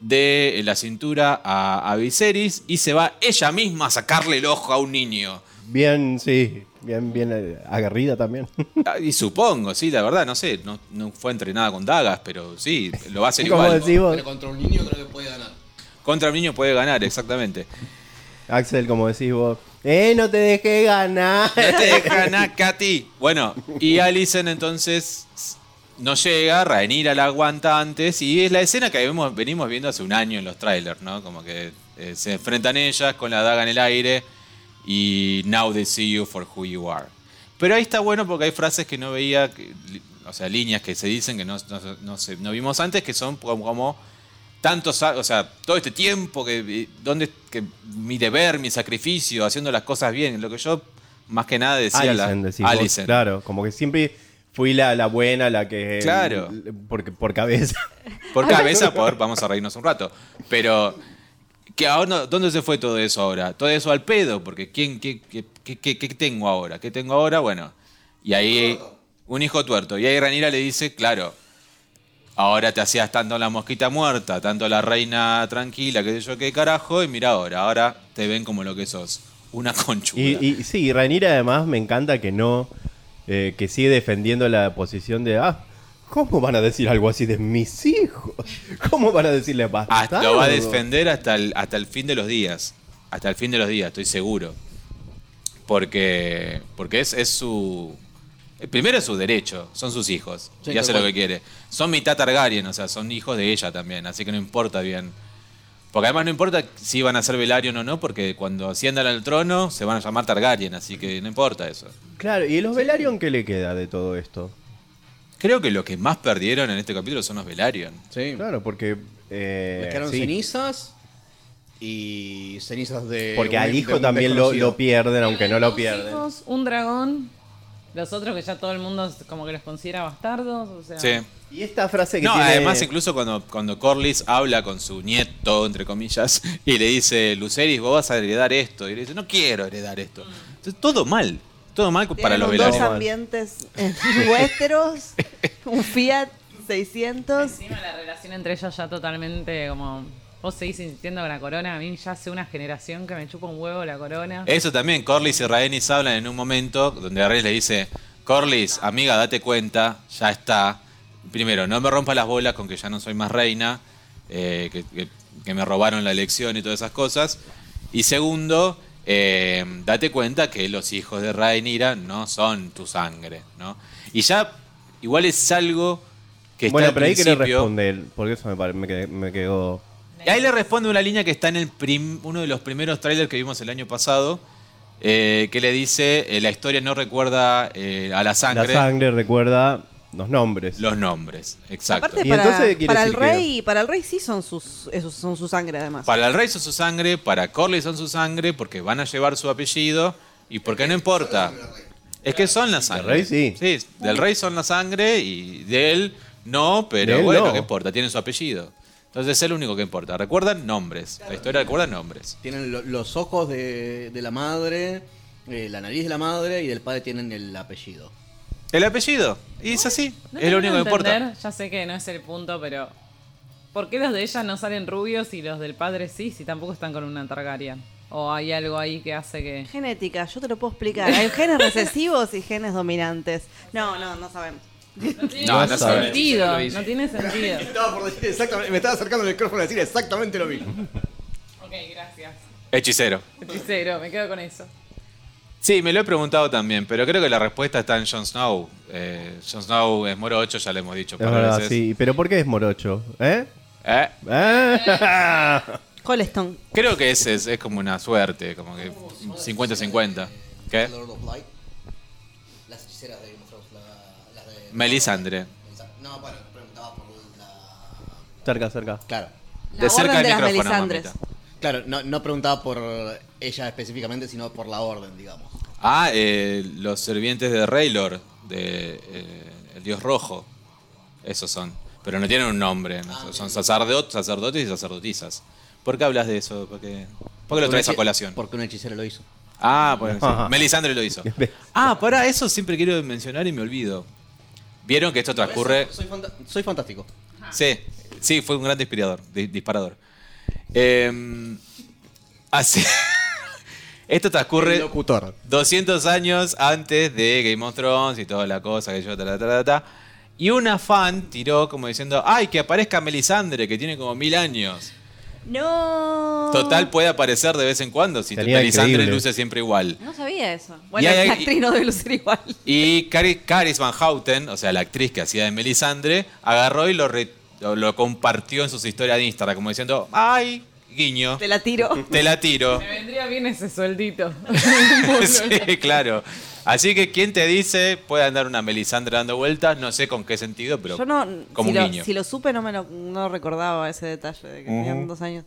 de eh, la cintura a, a Viserys y se va ella misma a sacarle el ojo a un niño. Bien, sí. Bien, bien eh, aguerrida también. Ah, Y supongo, sí, la verdad, no sé, no, no fue entrenada con dagas, pero sí, lo va a hacer Como igual. decís vos, Pero contra un niño creo que puede ganar. Contra un niño puede ganar, exactamente. Axel, como decís vos. ¡Eh, no te dejé ganar! No te dejan a Katy. Bueno, y Alison entonces no llega, Rhaenyra la aguanta antes y es la escena que vemos- venimos viendo hace un año en los trailers, ¿no? Como que eh, se enfrentan ellas con la daga en el aire y now they see you for who you are. Pero ahí está bueno porque hay frases que no veía, que- li- o sea, líneas que se dicen que no, no, no se- no vimos antes que son como- como tantos, a- o sea, todo este tiempo que, vi- donde, que mi deber, mi sacrificio, haciendo las cosas bien, lo que yo más que nada decía Alicent, la decís vos, Alicent. Claro, como que siempre fui la, la buena, la que. Claro. Por, por cabeza. Por cabeza, por, vamos a reírnos un rato. Pero, que ahora, ¿dónde se fue todo eso ahora? Todo eso al pedo, porque ¿quién, qué, qué, qué- qué- qué tengo ahora? ¿Qué tengo ahora? Bueno, y ahí un hijo tuerto. Y ahí Ranira le dice, claro, ahora te hacías tanto la mosquita muerta, tanto la reina tranquila, qué sé yo qué carajo, y mira ahora, ahora te ven como lo que sos, una conchuda. Y, y sí, Ranira además me encanta que no. eh, que sigue defendiendo la posición de. Ah, ¿cómo van a decir algo así de mis hijos? ¿Cómo van a decirle Hasta- bastardo? Ah, lo va a defender hasta el, hasta el fin de los días. Hasta el fin de los días, estoy seguro. Porque, porque es, es su. eh, Primero es su derecho, son sus hijos. Sí, y hace tal lo cual. que quiere. Son mitad Targaryen, o sea, son hijos de ella también, así que no importa bien. Porque además no importa si van a ser Velaryon o no, porque cuando asciendan al trono se van a llamar Targaryen, así que no importa eso. Claro, ¿y los Velaryon qué le queda de todo esto? Creo que lo que más perdieron en este capítulo son los Velaryon. Sí. Claro, porque. eh, Les quedaron sí, cenizas y cenizas de. Porque un- al de hijo un también lo, desconocido. lo pierden, aunque no lo Dos pierden. hijos, un dragón. Los otros que ya todo el mundo como que los considera bastardos. O sea, Sí. Y esta frase que No, tiene- además incluso cuando, cuando Corlys habla con su nieto, entre comillas, y le dice, Luceris, vos vas a heredar esto. Y le dice, no quiero heredar esto. Entonces, todo mal, todo mal para Tienen los un Velaryon. dos ambientes en Westeros, un Fiat 600. Encima la relación entre ellos ya totalmente como... Vos seguís insistiendo con la corona. A mí ya hace una generación que me chupa un huevo la corona. Eso también, Corlys y Rhaenys hablan en un momento donde Rhaenys le dice, Corlys, amiga, date cuenta, ya está. Primero, no me rompa las bolas con que ya no soy más reina, eh, que, que- que me robaron la elección y todas esas cosas. Y segundo, eh, date cuenta que los hijos de Rhaenyra no son tu sangre, ¿no? Y ya, igual es algo que está Bueno, al pero ahí que le principio- responde él, porque eso me, pare- me, qued- me quedó. y ahí le responde una línea que está en el prim- uno de los primeros trailers que vimos el año pasado, eh, que le dice, eh, la historia no recuerda eh, a la sangre, La sangre recuerda los nombres. los nombres. Exacto. Aparte, Y para, entonces quiere para el decir que- rey, para el rey sí son sus, esos son su sangre además. Para el rey son su sangre, para Corley son su sangre, porque van a llevar su apellido y porque no importa. Es que son la sangre. rey sí. del rey son la sangre y de él no, pero De él bueno, no. ¿qué importa? Tiene su apellido. Entonces es el único que importa. Recuerdan nombres. La historia recuerda nombres. Tienen lo- los ojos de, de la madre, eh, la nariz de la madre y del padre tienen el apellido. El apellido. Y es así. No es lo único que termino de importa. entender, Ya sé que no es el punto, pero... ¿Por qué los de ella no salen rubios y los del padre sí, si tampoco están con una Targaryen? ¿O hay algo ahí que hace que...? Genética, yo te lo puedo explicar. Hay genes recesivos y genes dominantes. No, no, no sabemos. No tiene No, no sabe. sentido, no tiene sentido. Estaba por decir exactamente, me estaba acercando el micrófono a decir exactamente lo mismo. Ok, gracias. Hechicero. Hechicero, me quedo con eso. Sí, me lo he preguntado también, pero creo que la respuesta está en Jon Snow. Eh, Jon Snow es moro 8, ya le hemos dicho Es varias verdad, veces. sí. Pero ¿por qué es morocho? ¿Eh? Eh, ¿Eh? Coleston. creo que ese es, es como una suerte, como que 50-50. ¿Qué? Lord of Light. Las hechiceras de Game of Thrones, la- las de. Melisandre. No, bueno, preguntaba por la. cerca, cerca. Claro. De La cerca orden del de las micrófono, Melisandres. mamita. Claro, no, no preguntaba por ella específicamente, sino por la orden, digamos. Ah, eh, los servientes de Raylor, de eh, el dios rojo. Esos son. Pero no tienen un nombre. ¿no? Son sacerdot- sacerdotes y sacerdotisas. ¿Por qué hablas de eso? ¿Por qué, por qué lo traes a colación? Porque un hechicero lo hizo. Ah, bueno, sí. Ajá. Melisandre lo hizo. Ah, pará, eso siempre quiero mencionar y me olvido. Vieron que esto transcurre. Soy, fanta- soy fantástico. Sí. Sí, fue un gran inspirador, di- disparador. Eh, así- esto transcurre... El locutor. 200 años antes de Game of Thrones y toda la cosa que yo, ta, ta, ta, ta, ta. Y una fan tiró como diciendo, ay, que aparezca Melisandre, que tiene como mil años. No. Total, puede aparecer de vez en cuando, si Sería Melisandre increíble. luce siempre igual. No sabía eso. Bueno, Y la hay- actriz no debe lucir igual. Y Cari- Caris Van Houten, o sea, la actriz que hacía de Melisandre, agarró y lo, re- lo- lo compartió en sus historias de Instagram, como diciendo, ay, guiño, Te la tiro. te la tiro. Me vendría bien ese sueldito. sí, claro. Así que quien te dice puede andar una Melisandre dando vueltas, no sé con qué sentido, pero Yo no. como si, un lo, guiño. si lo supe, no me lo no recordaba ese detalle de que tenían dos años.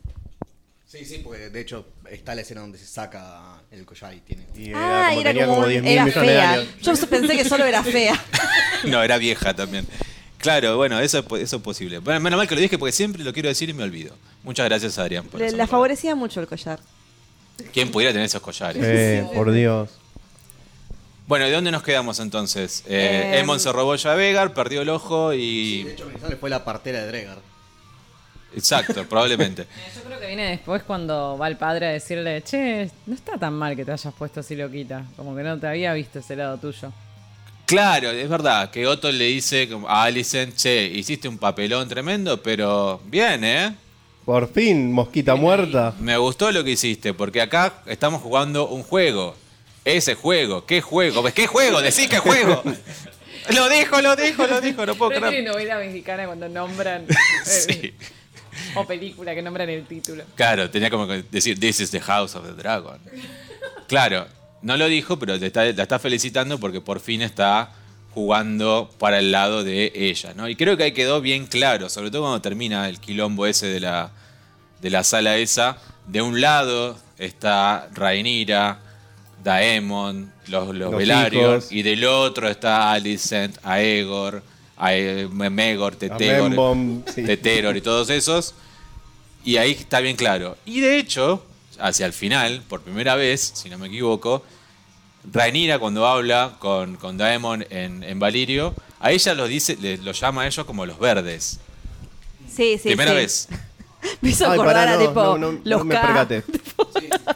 Sí, sí, porque de hecho está la escena donde se saca el collar y tiene. Y Ah, como era tenía como, como un- 10.000 era millones de fea. años. Yo pensé que solo era fea. No, era vieja también. Claro, bueno, eso, es po- eso es posible. Bueno, menos mal que lo dije porque siempre lo quiero decir y me olvido. Muchas gracias, Adrián. Por Le- eso. la favorecía mucho el collar. ¿Quién pudiera tener esos collares? Eh, por Dios. Bueno, ¿de dónde nos quedamos entonces? Eh, Eh, Emon se robó ya a Vegar, perdió el ojo Y de y... hecho, Melisandre fue la partera de Dregar. Exacto, probablemente. Eh, Yo creo que viene después cuando va el padre a decirle, che, no está tan mal que te hayas puesto así loquita. Como que no te había visto ese lado tuyo. Claro, es verdad que Otto le dice como a Alicent, che, hiciste un papelón tremendo, pero bien, ¿eh? Por fin, mosquita muerta. Me gustó lo que hiciste, porque acá estamos jugando un juego. Ese juego, ¿qué juego? ¿Ves qué juego? Decís qué juego. Lo dijo, lo dijo, lo dijo, no puedo Pero tiene creer. novela mexicana cuando nombran. eh, Sí. O película que nombran el título. Claro, tenía como que decir, this is the house of the dragon. Claro, no lo dijo, pero te está- la está felicitando porque por fin está jugando para el lado de ella, ¿no? Y creo que ahí quedó bien claro, sobre todo cuando termina el quilombo ese de la, de la sala esa. De un lado está Rhaenyra, Daemon, los, los, Los Velaryon, hijos. y del otro está Alicent, Aegor, Ae- Megor, Tetegor, Membomb, sí. Teteror y todos esos. Y ahí está bien claro. Y de hecho, hacia el final, por primera vez, si no me equivoco, Rhaenyra cuando habla con, con Daemon en, en Valirio, a ella los dice, le- los llama a ellos como los verdes. Sí, sí. primera sí. vez. Me hizo Ay, acordar pará, a no, tipo. no, no, no los me K. percaté.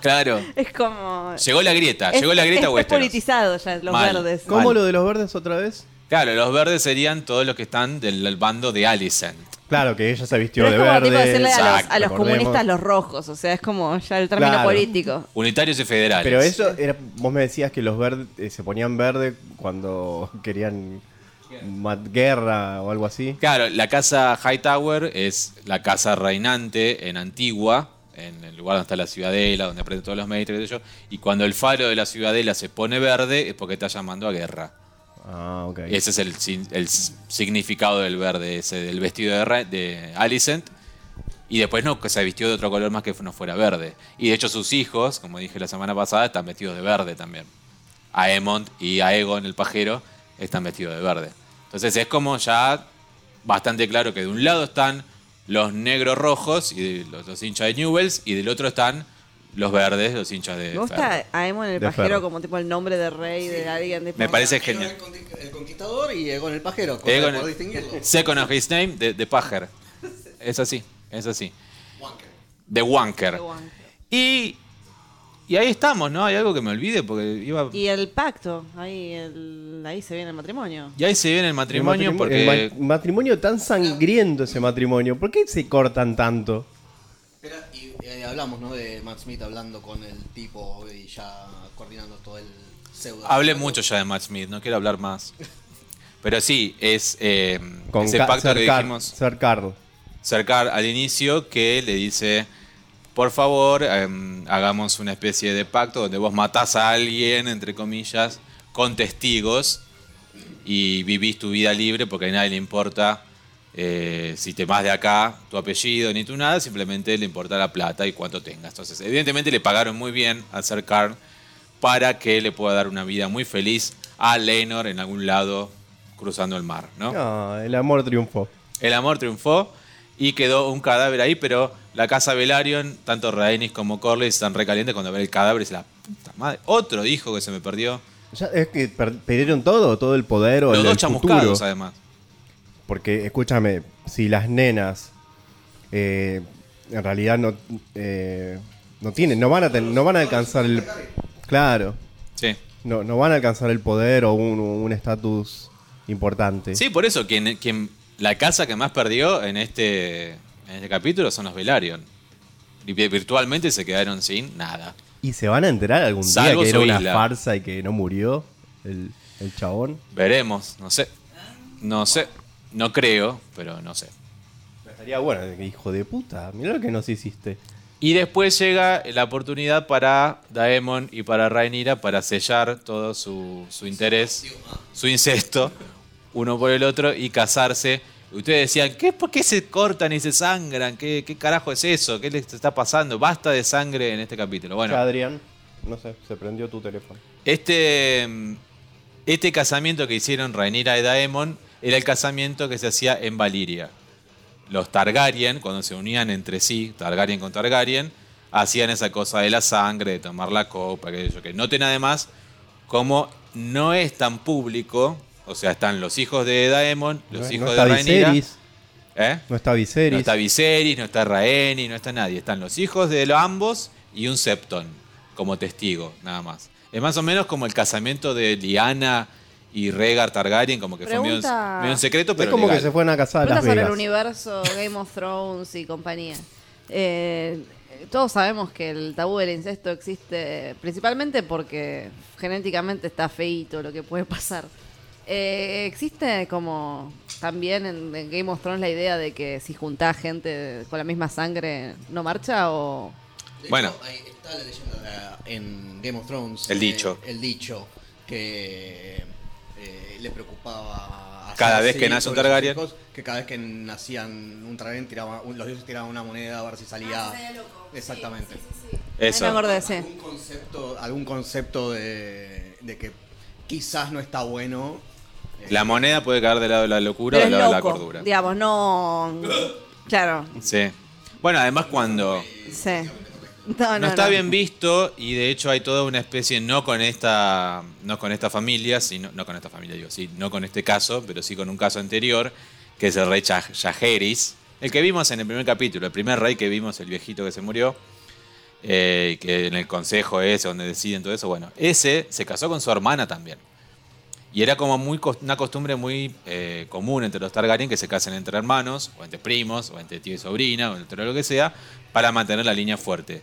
Claro. Es como. Llegó la grieta, es- llegó la grieta es, es Westeros. politizado ya, los Mal. verdes. ¿Cómo Mal. lo de los verdes otra vez? Claro, los verdes serían todos los que están del, del bando de Alicent. Claro que ella se vistió Pero es de como verde. tipo decirle a los, exacto, a los recordemos. comunistas los rojos, o sea, es como ya el término Claro. político. Unitarios y federales. Pero eso era, vos me decías que los verdes eh, se ponían verde cuando querían mat- guerra o algo así. Claro, la casa Hightower es la casa reinante en Antigua, en el lugar donde está la ciudadela, donde aprenden todos los maestros y todo ello. Y cuando el faro de la ciudadela se pone verde es porque está llamando a guerra. Ah, ok. Ese es el, sin- el s- significado del verde, ese del vestido de, Ra- de Alicent. Y después no, que se vistió de otro color más que no fuera verde. Y de hecho sus hijos, como dije la semana pasada, están vestidos de verde también. Aemond y Aegon el pajero están vestidos de verde. Entonces es como ya bastante claro que de un lado están los negros rojos y de- los, los hinchas de Newells y del otro están los verdes, los hinchas de... Me gusta Ferro. a Emo en el De pajero Ferro. como tipo el nombre de rey de alguien. tipo- Me parece Menos genial. El, conqui- el conquistador y Egon el pajero. cosa Egon de poder Eh, el- distinguirlo. Second of his name, de, de Pajer. Es así, es así. De Wanker. Qué guay. Y, y ahí estamos, ¿no? Hay algo que me olvide porque iba... Y el pacto, ahí, el- ahí se viene el matrimonio. Y ahí se viene el El matrimonio matrimonio- porque... el ma- matrimonio tan sangriento ese matrimonio. ¿Por qué se cortan tanto? Era- y, y ahí hablamos, ¿no? De Matt Smith hablando con el tipo y ya coordinando todo el pseudo. Hablé mucho ya de Matt Smith, no quiero hablar más. Pero sí, es eh, Con ese Ca- pacto Sir que Car- dijimos Sir Carl. cercar al inicio que le dice, por favor, em, hagamos una especie de pacto donde vos matás a alguien, entre comillas, con testigos y vivís tu vida libre porque a nadie le importa eh, si te vas de acá, tu apellido, ni tu nada, simplemente le importa la plata y cuánto tengas. Entonces, evidentemente le pagaron muy bien a Sir Carl para que le pueda dar una vida muy feliz a Lenor en algún lado cruzando el mar, ¿no? Ah, el amor triunfó. El amor triunfó y quedó un cadáver ahí, pero la casa Velaryon, tanto Rhaenys como Corlys están recalientes cuando ven el cadáver. Es la puta madre. Otro hijo que se me perdió. Ya, es que per- perdieron todo, todo el poder o Los el, dos el chamuscados, futuro. además. Porque escúchame, si las nenas eh, en realidad no, eh, no tienen, no van a ten- no van a alcanzar el claro, Sí. no, no van a alcanzar el poder o un un estatus importante. Sí, por eso, quien, quien, la casa que más perdió en este, en este capítulo son los Velaryon. Y vi- virtualmente se quedaron sin nada. Y se van a enterar algún día Salvo que era su una isla. farsa y que no murió el, el chabón. Veremos, no sé. No sé. No creo, pero no sé. Estaría bueno, hijo de puta, mirá lo que nos hiciste. Y después llega la oportunidad para Daemon y para Rhaenyra para sellar todo su, su interés, su incesto, uno por el otro y casarse. Y Ustedes decían, ¿qué, ¿por qué se cortan y se sangran? ¿Qué, qué carajo es eso? ¿Qué les está pasando? Basta de sangre en este capítulo. Bueno, Adrián, no sé, se prendió tu teléfono. Este, mm, este casamiento que hicieron Rhaenyra y Daemon era el casamiento que se hacía en Valiria. Los Targaryen, cuando se unían entre sí, Targaryen con Targaryen, hacían esa cosa de la sangre, de tomar la copa, que yo que noten además como no es tan público, o sea, están los hijos de Daemon, los no, hijos no de está Rhaenyra, Viserys, ¿eh? no está Viserys. No está Viserys, no está Raeni, no está nadie. Están los hijos de los ambos y un Septon como testigo, nada más. Es más o menos como el casamiento de Liana y Rhaegar Targaryen, como que fue medio, Pregunta- en- medio en secreto, es pero como legal. que se fueron a casa de Pregunta Las sobre el Vegas. universo Game of Thrones y compañía. Eh, todos sabemos que el tabú del incesto existe principalmente porque genéticamente está feito lo que puede pasar. Eh, existe como también en, en Game of Thrones la idea de que si juntás gente con la misma sangre no marcha o... De hecho, Bueno. ahí está la leyenda la- en Game of Thrones. El eh, dicho. el dicho que eh, le preocupaba a Cada vez Cersei que nace un sobre sus Targaryen. hijos, que cada vez que nacían un Targaryen, tiraba, un- los dioses tiraban una moneda a ver si salía. Exactamente. Eso. Ay, me acordé, sí. Algún concepto, algún concepto de, de que quizás no está bueno. eh, La moneda puede caer del lado de la locura o Pero del es lado de la loco, cordura. Digamos, no... Claro, Sí. Bueno, además cuando... sí. No, No, no, está no. bien visto y de hecho hay toda una especie, no con esta, no con esta familia, sino, no con esta familia, digo, sí, no con este caso, pero sí con un caso anterior, que es el rey Yah- Yajeris, el que vimos en el primer capítulo, el primer rey que vimos, el viejito que se murió, eh, que en el consejo ese, donde deciden todo eso, bueno, ese se casó con su hermana también. Y era como muy cos- una costumbre muy eh, común entre los Targaryen que se casen entre hermanos, o entre primos, o entre tío y sobrina, o entre lo que sea, para mantener la línea fuerte.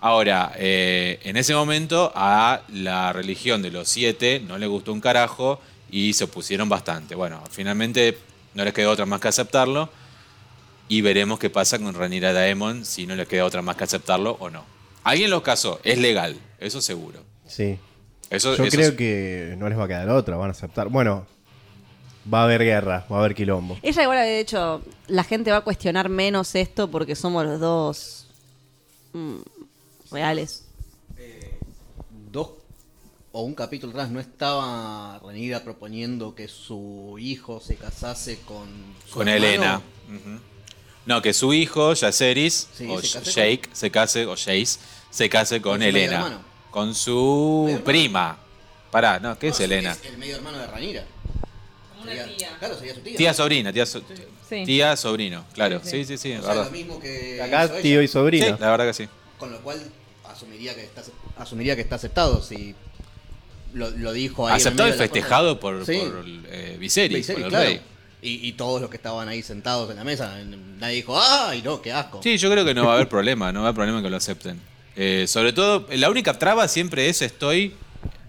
Ahora, eh, en ese momento a la religión de los siete no le gustó un carajo y se opusieron bastante. Bueno, finalmente no les quedó otra más que aceptarlo y veremos qué pasa con Ranira Daemon si no les queda otra más que aceptarlo o no. Alguien los casó, es legal, eso seguro. Sí. Eso, Yo eso creo es- que no les va a quedar otra, van a aceptar. Bueno, va a haber guerra, va a haber quilombo. Ella igual había dicho, la gente va a cuestionar menos esto porque somos los dos mm, reales. dos o un capítulo atrás no estaba Renira proponiendo que su hijo se casase con su con hermano? Elena. Ujú. No, que su hijo, Yaceris, Sí, o se case Jake, se case, o Jace, se case con, Con su medio Elena. hermano. Con su hermano. prima. Pará, no, ¿qué No, es Elena? el medio hermano de Ranira. Como una Sería- tía. Claro, sería su tía. Tía sobrina, tía, so- Sí. tía sobrino, claro. Sí, Sí, sí. sí, sí, es o sea, verdad. lo mismo que hizo Acá ella, tío y Sí, sobrino. la verdad que sí. con lo cual asumiría que está asumiría que está aceptado si lo, lo dijo ahí en Aceptado y medio de la festejado cosa. por, Sí, por eh, Viserys, Viserys, por el claro. rey. Y, y todos los que estaban ahí sentados en la mesa, nadie dijo, ¡ay, no, qué asco! Sí, yo creo que no va a haber problema, no va a haber problema que lo acepten. Eh, sobre todo, la única traba siempre es estoy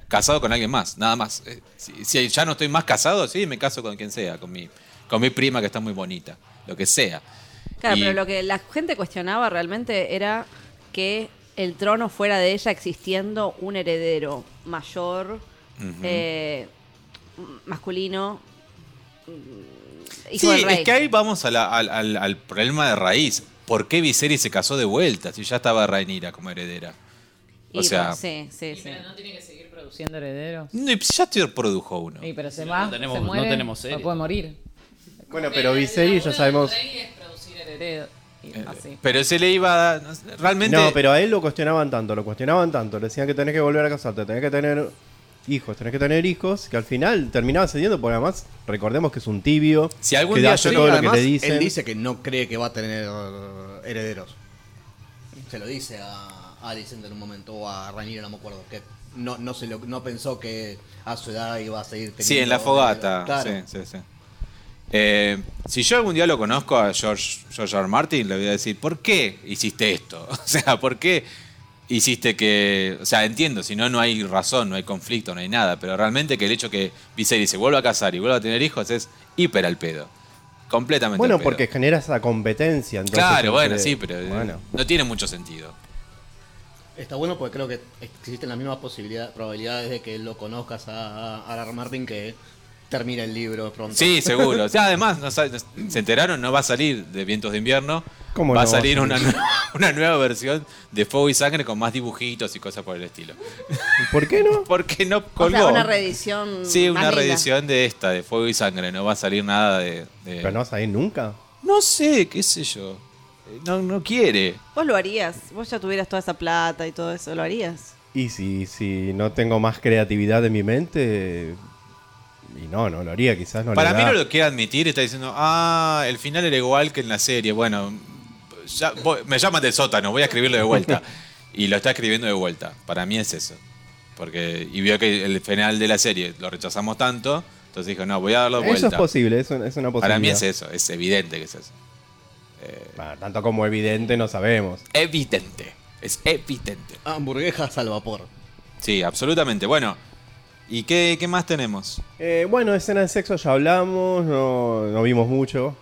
casado con alguien más, nada más. Eh, si, si ya no estoy más casado, sí, me caso con quien sea, con mi, con mi prima que está muy bonita, lo que sea. Claro, Y- pero lo que la gente cuestionaba realmente era que el trono fuera de ella existiendo un heredero mayor, eh, m- masculino, mm, hijo Sí, del rey. es que ahí vamos a la- al, al- al problema de raíz. ¿Por qué Viserys se casó de vuelta si ya estaba Rhaenyra como heredera? Y, o sea- sí, sí, sí. Pero no tiene que seguir produciendo herederos. No, y Ya te produjo uno. Y pero se No va, tenemos- se no muere, tenemos se serie. puede morir. Bueno, pero Viserys ya sabemos. es producir herederos. y Eh, ah, Así. Pero se le iba a... no sé, Realmente... No, pero a él lo cuestionaban tanto, lo cuestionaban tanto. Le decían que tenés que volver a casarte, tenés que tener hijos, tenés que tener hijos, que al final terminaba cediendo, porque además recordemos que es un tibio. Si algún que día hace yo- todo lo Además, que le dicen. Él dice que no cree que va a tener herederos. Se lo dice a Alicent en un momento, o a Rhaenyra, no me acuerdo. Que no, no, se lo, no pensó que a su edad iba a seguir teniendo. Sí, en la fogata. herederos. Claro. Sí, sí, sí. Eh, si yo algún día lo conozco a George, George R. R. Martin, le voy a decir, ¿por qué hiciste esto? O sea, ¿por qué hiciste que.? O sea, entiendo, si no, no hay razón, no hay conflicto, no hay nada. Pero realmente que el hecho que Viserys se vuelva a casar y vuelva a tener hijos es hiper al pedo. Completamente Bueno, al pedo. porque genera esa competencia. entonces, Claro, bueno, entre- sí, pero eh, Bueno. no tiene mucho sentido. Está bueno porque creo que existen las mismas posibilidades, probabilidades de que lo conozcas a, a Arar Martin que termina el libro pronto. Sí, seguro. O sea, además, no sa- no- se enteraron, no va a salir de Vientos de Invierno. ¿Cómo va no a va a salir una, salir? nue- una nueva versión de Fuego y Sangre con más dibujitos y cosas por el estilo. ¿Por qué no? Porque no O colgó. sea, una reedición. sí, más una linda. reedición de esta, de Fuego y Sangre. No va a salir nada de. de- Pero no vas a ir nunca. No sé, qué sé yo. Eh, No, no quiere. Vos lo harías. Vos ya tuvieras toda esa plata y todo eso. Lo harías. Y si, si no tengo más creatividad en mi mente. Y no, no lo haría, quizás no Para le mí da. no lo quiere admitir. Está diciendo, ah, el final era igual que en la serie. Bueno, ya- voy- me llaman del sótano, voy a escribirlo de vuelta. Y lo está escribiendo de vuelta. Para mí es eso. Porque, y vio que el final de la serie lo rechazamos tanto. Entonces dijo, no, voy a darlo de Eso vuelta. es posible, es una, es una posibilidad. Para mí es eso, es evidente que es eso. Bueno, tanto como evidente no sabemos. Evidente. Es evidente. Hamburguesas al vapor. Sí, absolutamente. Bueno, ¿y qué, qué más tenemos? Eh, bueno, escena de sexo ya hablamos, no, no vimos mucho.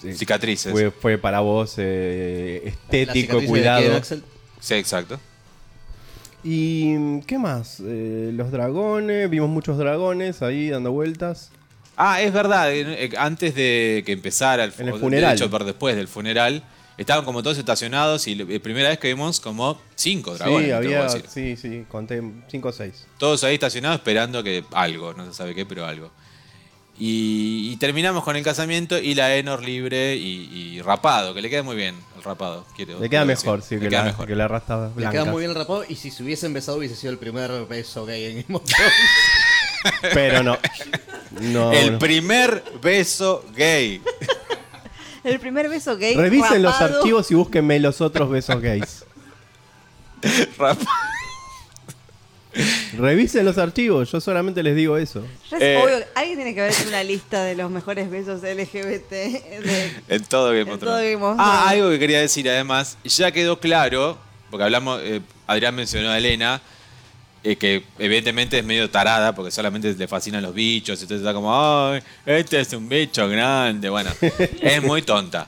Sí, Cicatrices. Fue, fue para vos eh, La estético, cicatriz de Ken cuidado. Axel. Sí, exacto. ¿Y mm, qué más? Eh, los dragones, vimos muchos dragones ahí dando vueltas. Ah, es verdad. en- eh, Antes de que empezara el, fu- En el o de- funeral. De hecho, por después del funeral, estaban como todos estacionados y la primera vez que vimos como cinco dragones. sí, te puedo había, decir. sí, sí, conté 5 o 6. Todos ahí estacionados esperando que algo, no se sabe qué, pero algo. Y, y terminamos con el casamiento y la Enor libre y, y rapado, que le queda muy bien el rapado. quiero- Le queda quiero decir. mejor, sí, Le que, queda la, mejor. que la rasta Le blanca. queda muy bien el rapado y si se hubiesen besado hubiese sido el primer beso gay en el mundo. Pero no. no, el no. primer beso gay. El primer beso gay. Revisen los rapado. archivos y búsquenme los otros besos gays. Rapa- Revisen los archivos, yo solamente les digo eso. Ya es Eh. obvio que alguien tiene que haber hecho una lista de los mejores besos LGBT. de- En todo Game En of todo Thrones. Game of Ah, Thrones. algo que quería decir además, ya quedó claro, porque hablamos, eh, Adrián mencionó a Elena, eh, que evidentemente es medio tarada, porque solamente le fascinan los bichos, entonces está como, ay, este es un bicho grande, bueno, es muy tonta.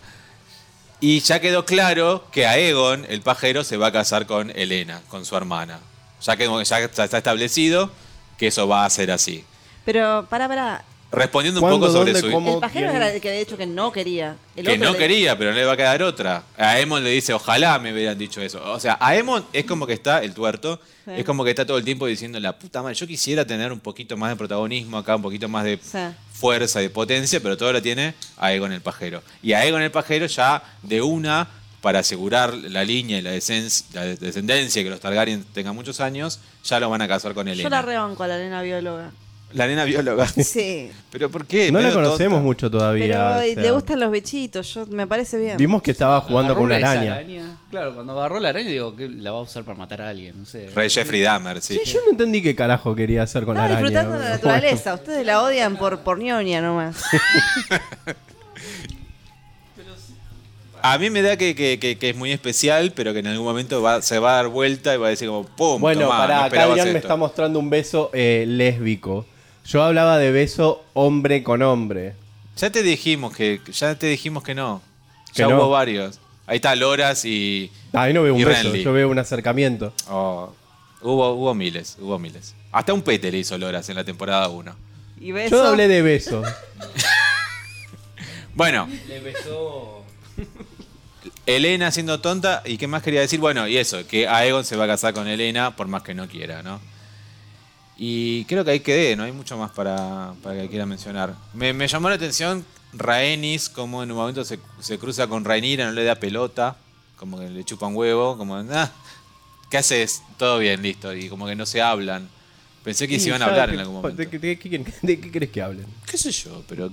Y ya quedó claro que a Egon, el pajero, se va a casar con Elena, con su hermana. Ya, quedó, ya está está establecido que eso va a ser así. Pero, para, para. Respondiendo un ¿Cuándo, poco sobre dónde, su... cómo? El pajero quién? era el que había dicho que no quería. El que otro no le- quería, pero no le va a quedar otra. A Emon le dice, ojalá me hubieran dicho eso. O sea, a Emon es como que está, el tuerto, Sí. es como que está todo el tiempo diciendo, la puta madre, yo quisiera tener un poquito más de protagonismo acá, un poquito más de Sí. fuerza, de potencia, pero todo lo tiene a Egon el pajero. Y a Egon el pajero ya de una, para asegurar la línea y la, descendencia la de- descendencia, que los Targaryen tengan muchos años, ya lo van a casar con Yo la Elena. rebanco a la nena bióloga. La nena bióloga. Sí. ¿Pero por qué? No la Medio conocemos tonta. mucho todavía. Pero o eh, sea, le gustan los bichitos, yo, me parece bien. Vimos que estaba jugando Agarró con una esa araña. Claro, cuando agarró la araña, digo que la va a usar para matar a alguien, no sé. Rey Jeffrey Dahmer, sí. Sí, yo no entendí qué carajo quería hacer con Estaba la araña. disfrutando de la Bueno. naturaleza, ustedes la odian por, por ñoña nomás. A mí me da que, que- que- que es muy especial, pero que en algún momento va- se va a dar vuelta y va a decir como, ¡pum! Bueno, tomá, no pará, acá esperabas Adrián me esto". está mostrando un beso eh, lésbico. Yo hablaba de beso hombre con hombre. Ya te dijimos que, ya te dijimos que no. Que ya no. Ah, hubo varios. Ahí está Loras y. Ahí no veo un Y beso, Renly. yo veo un acercamiento. oh, hubo, hubo miles, hubo miles. Hasta un pete le hizo Loras en la temporada 1. Y beso, Yo hablé de besos. Bueno, Le besó. Elena siendo tonta, ¿y qué más quería decir? Bueno, y eso, que Aegon se va a casar con Elena por más que no quiera, ¿no? Y creo que ahí quedé, no hay mucho más para, para que quiera mencionar. Me, me llamó la atención Rhaenys, como en un momento se, se cruza con Rhaenyra, no le da pelota, como que le chupa un huevo, como, "Ah, ¿qué haces? Todo bien, listo, y como que no se hablan. Pensé que se Y iban a ya, hablar ¿qué- en algún ¿De, momento. qué- de qué quieren- de qué crees que hablen? ¿Qué sé yo? Pero.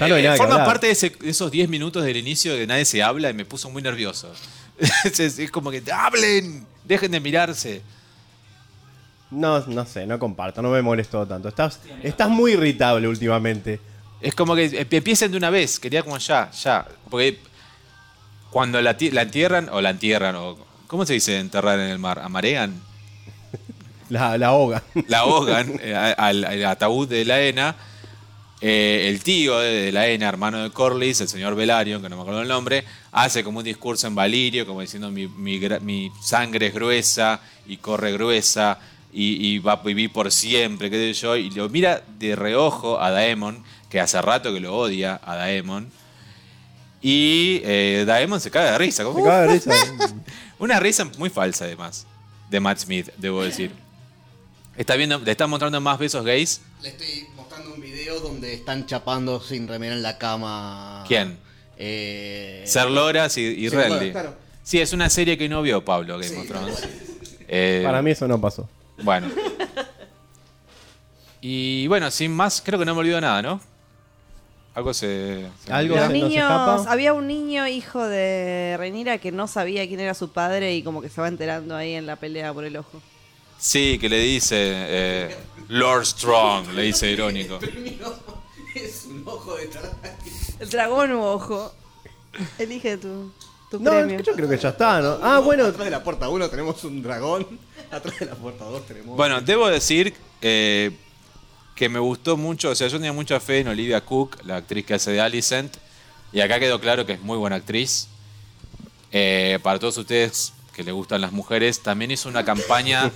Ya no hay Eh, nada que forma hablar. parte de, ese- de esos 10 minutos del inicio que nadie se habla y me puso muy nervioso. es, es- es como que hablen, dejen de mirarse. No, no sé, no comparto, no me molestó tanto. Estás, estás muy irritable últimamente. Es como que eh, empiecen de una vez, quería como ya, ya. Porque cuando la, ti- la entierran, o la entierran, o ¿cómo se dice enterrar en el mar? ¿Amarean? La, la hoga. La ahogan eh, a- al, al ataúd de la ENA. Eh, el tío de, de la ENA, hermano de Corlys, el señor Velaryon, que no me acuerdo el nombre, hace como un discurso en Valirio, como diciendo mi, mi gra- mi sangre es gruesa y corre gruesa y, y va a vivir por siempre, qué sé yo. Y lo mira de reojo a Daemon, que hace rato que lo odia a Daemon. Y eh, Daemon se cae de risa. como, Me cago de risa. una risa muy falsa, además, de Matt Smith, debo decir. Está viendo, le está mostrando más besos gays. Le estoy mostrando un video donde están chapando sin remera en la cama. ¿Quién? Eh, Ser Loras y, y Sí, Renly. bueno, claro. Sí, es una serie que no vio Pablo Game Sí, of tal Thrones. cual. Eh, Para mí eso no pasó. Bueno. Y bueno, sin más, creo que no me olvido nada, ¿no? Algo se. se me Algo olvidó. Los se nos niños, escapa. había un niño hijo de Renira que no sabía quién era su padre y como que se va enterando ahí en la pelea por el ojo. Sí, que le dice. eh, Lord Strong, le dice irónico. Es un ojo de tarán. El dragón u ojo. Elige tu, tu No, premio. yo creo que ya está. ¿no? Ah, bueno. Atrás de la puerta 1 tenemos un dragón. Atrás de la puerta 2 tenemos. Bueno, debo decir eh, que me gustó mucho, o sea, yo tenía mucha fe en Olivia Cook, la actriz que hace de Alicent, y acá quedó claro que es muy buena actriz. Eh, para todos ustedes que les gustan las mujeres, también hizo una campaña,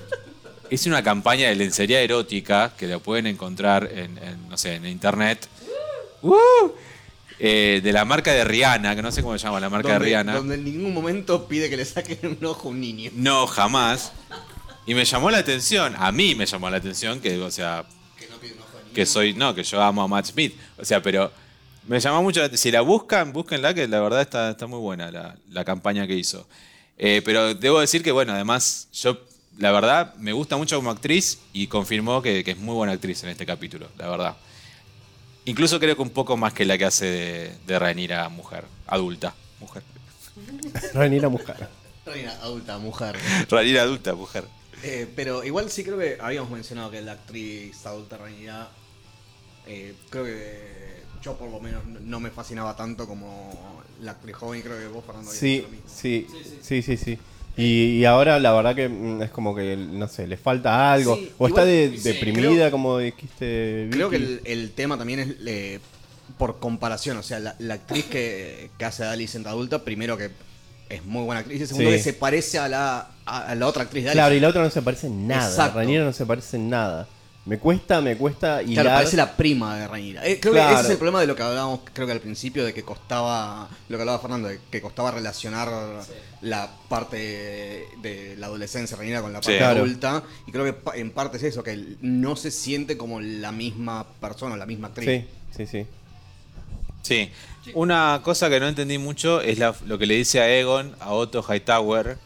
hizo una campaña de lencería erótica que la pueden encontrar en, en, no sé, en internet. ¡Uh! Eh, de la marca de Rihanna, que no sé cómo se llama la marca de donde, Rihanna. donde en ningún momento pide que le saquen un ojo a un niño. No, jamás. Y me llamó la atención, a mí me llamó la atención que, o sea, Que no pide un ojo a un niño. que soy, no, que yo amo a Matt Smith. O sea, pero me llamó mucho la atención. Si la buscan, búsquenla, que la verdad está, está muy buena la, la campaña que hizo. Eh, pero debo decir que, bueno, además, yo, la verdad, me gusta mucho como actriz y confirmó que, que es muy buena actriz en este capítulo, la verdad. Incluso creo que un poco más que la que hace de, de Rhaenyra mujer, adulta, mujer. Renira Mujer. Reina adulta, mujer. Rhaenyra adulta, mujer. Eh, pero igual sí creo que habíamos mencionado que la actriz adulta Reina. eh, creo que yo por lo menos no me fascinaba tanto como la actriz joven y creo que vos Fernando habías Sí, dicho lo mismo. sí, sí, sí, sí. Y, y ahora la verdad que mm, es como que, no sé, le falta algo. Sí, o está igual- de- sí, deprimida, creo- como dijiste. Creo que Vicky. el, el tema también es eh, por comparación, o sea, la, la actriz que, que hace a Alice en adulta, primero que es muy buena actriz, y segundo Sí. que se parece a la, a, a la otra actriz de Alice. Claro, y la otra no se parece en nada. Exacto. Renira no se parece en nada. Me cuesta, me cuesta hilar. Claro, parece la prima de Rhaenyra. Eh, creo que Claro. ese es el problema de lo que hablábamos, creo que al principio, de que costaba, lo que hablaba Fernando, de que costaba relacionar la parte de la adolescencia de Rhaenyra con la parte Sí. Claro. adulta. Y creo que pa- en parte es eso, que no se siente como la misma persona, la misma actriz. Sí, sí, sí. Sí. Una cosa que no entendí mucho es la- lo que le dice a Egon, a Otto Hightower,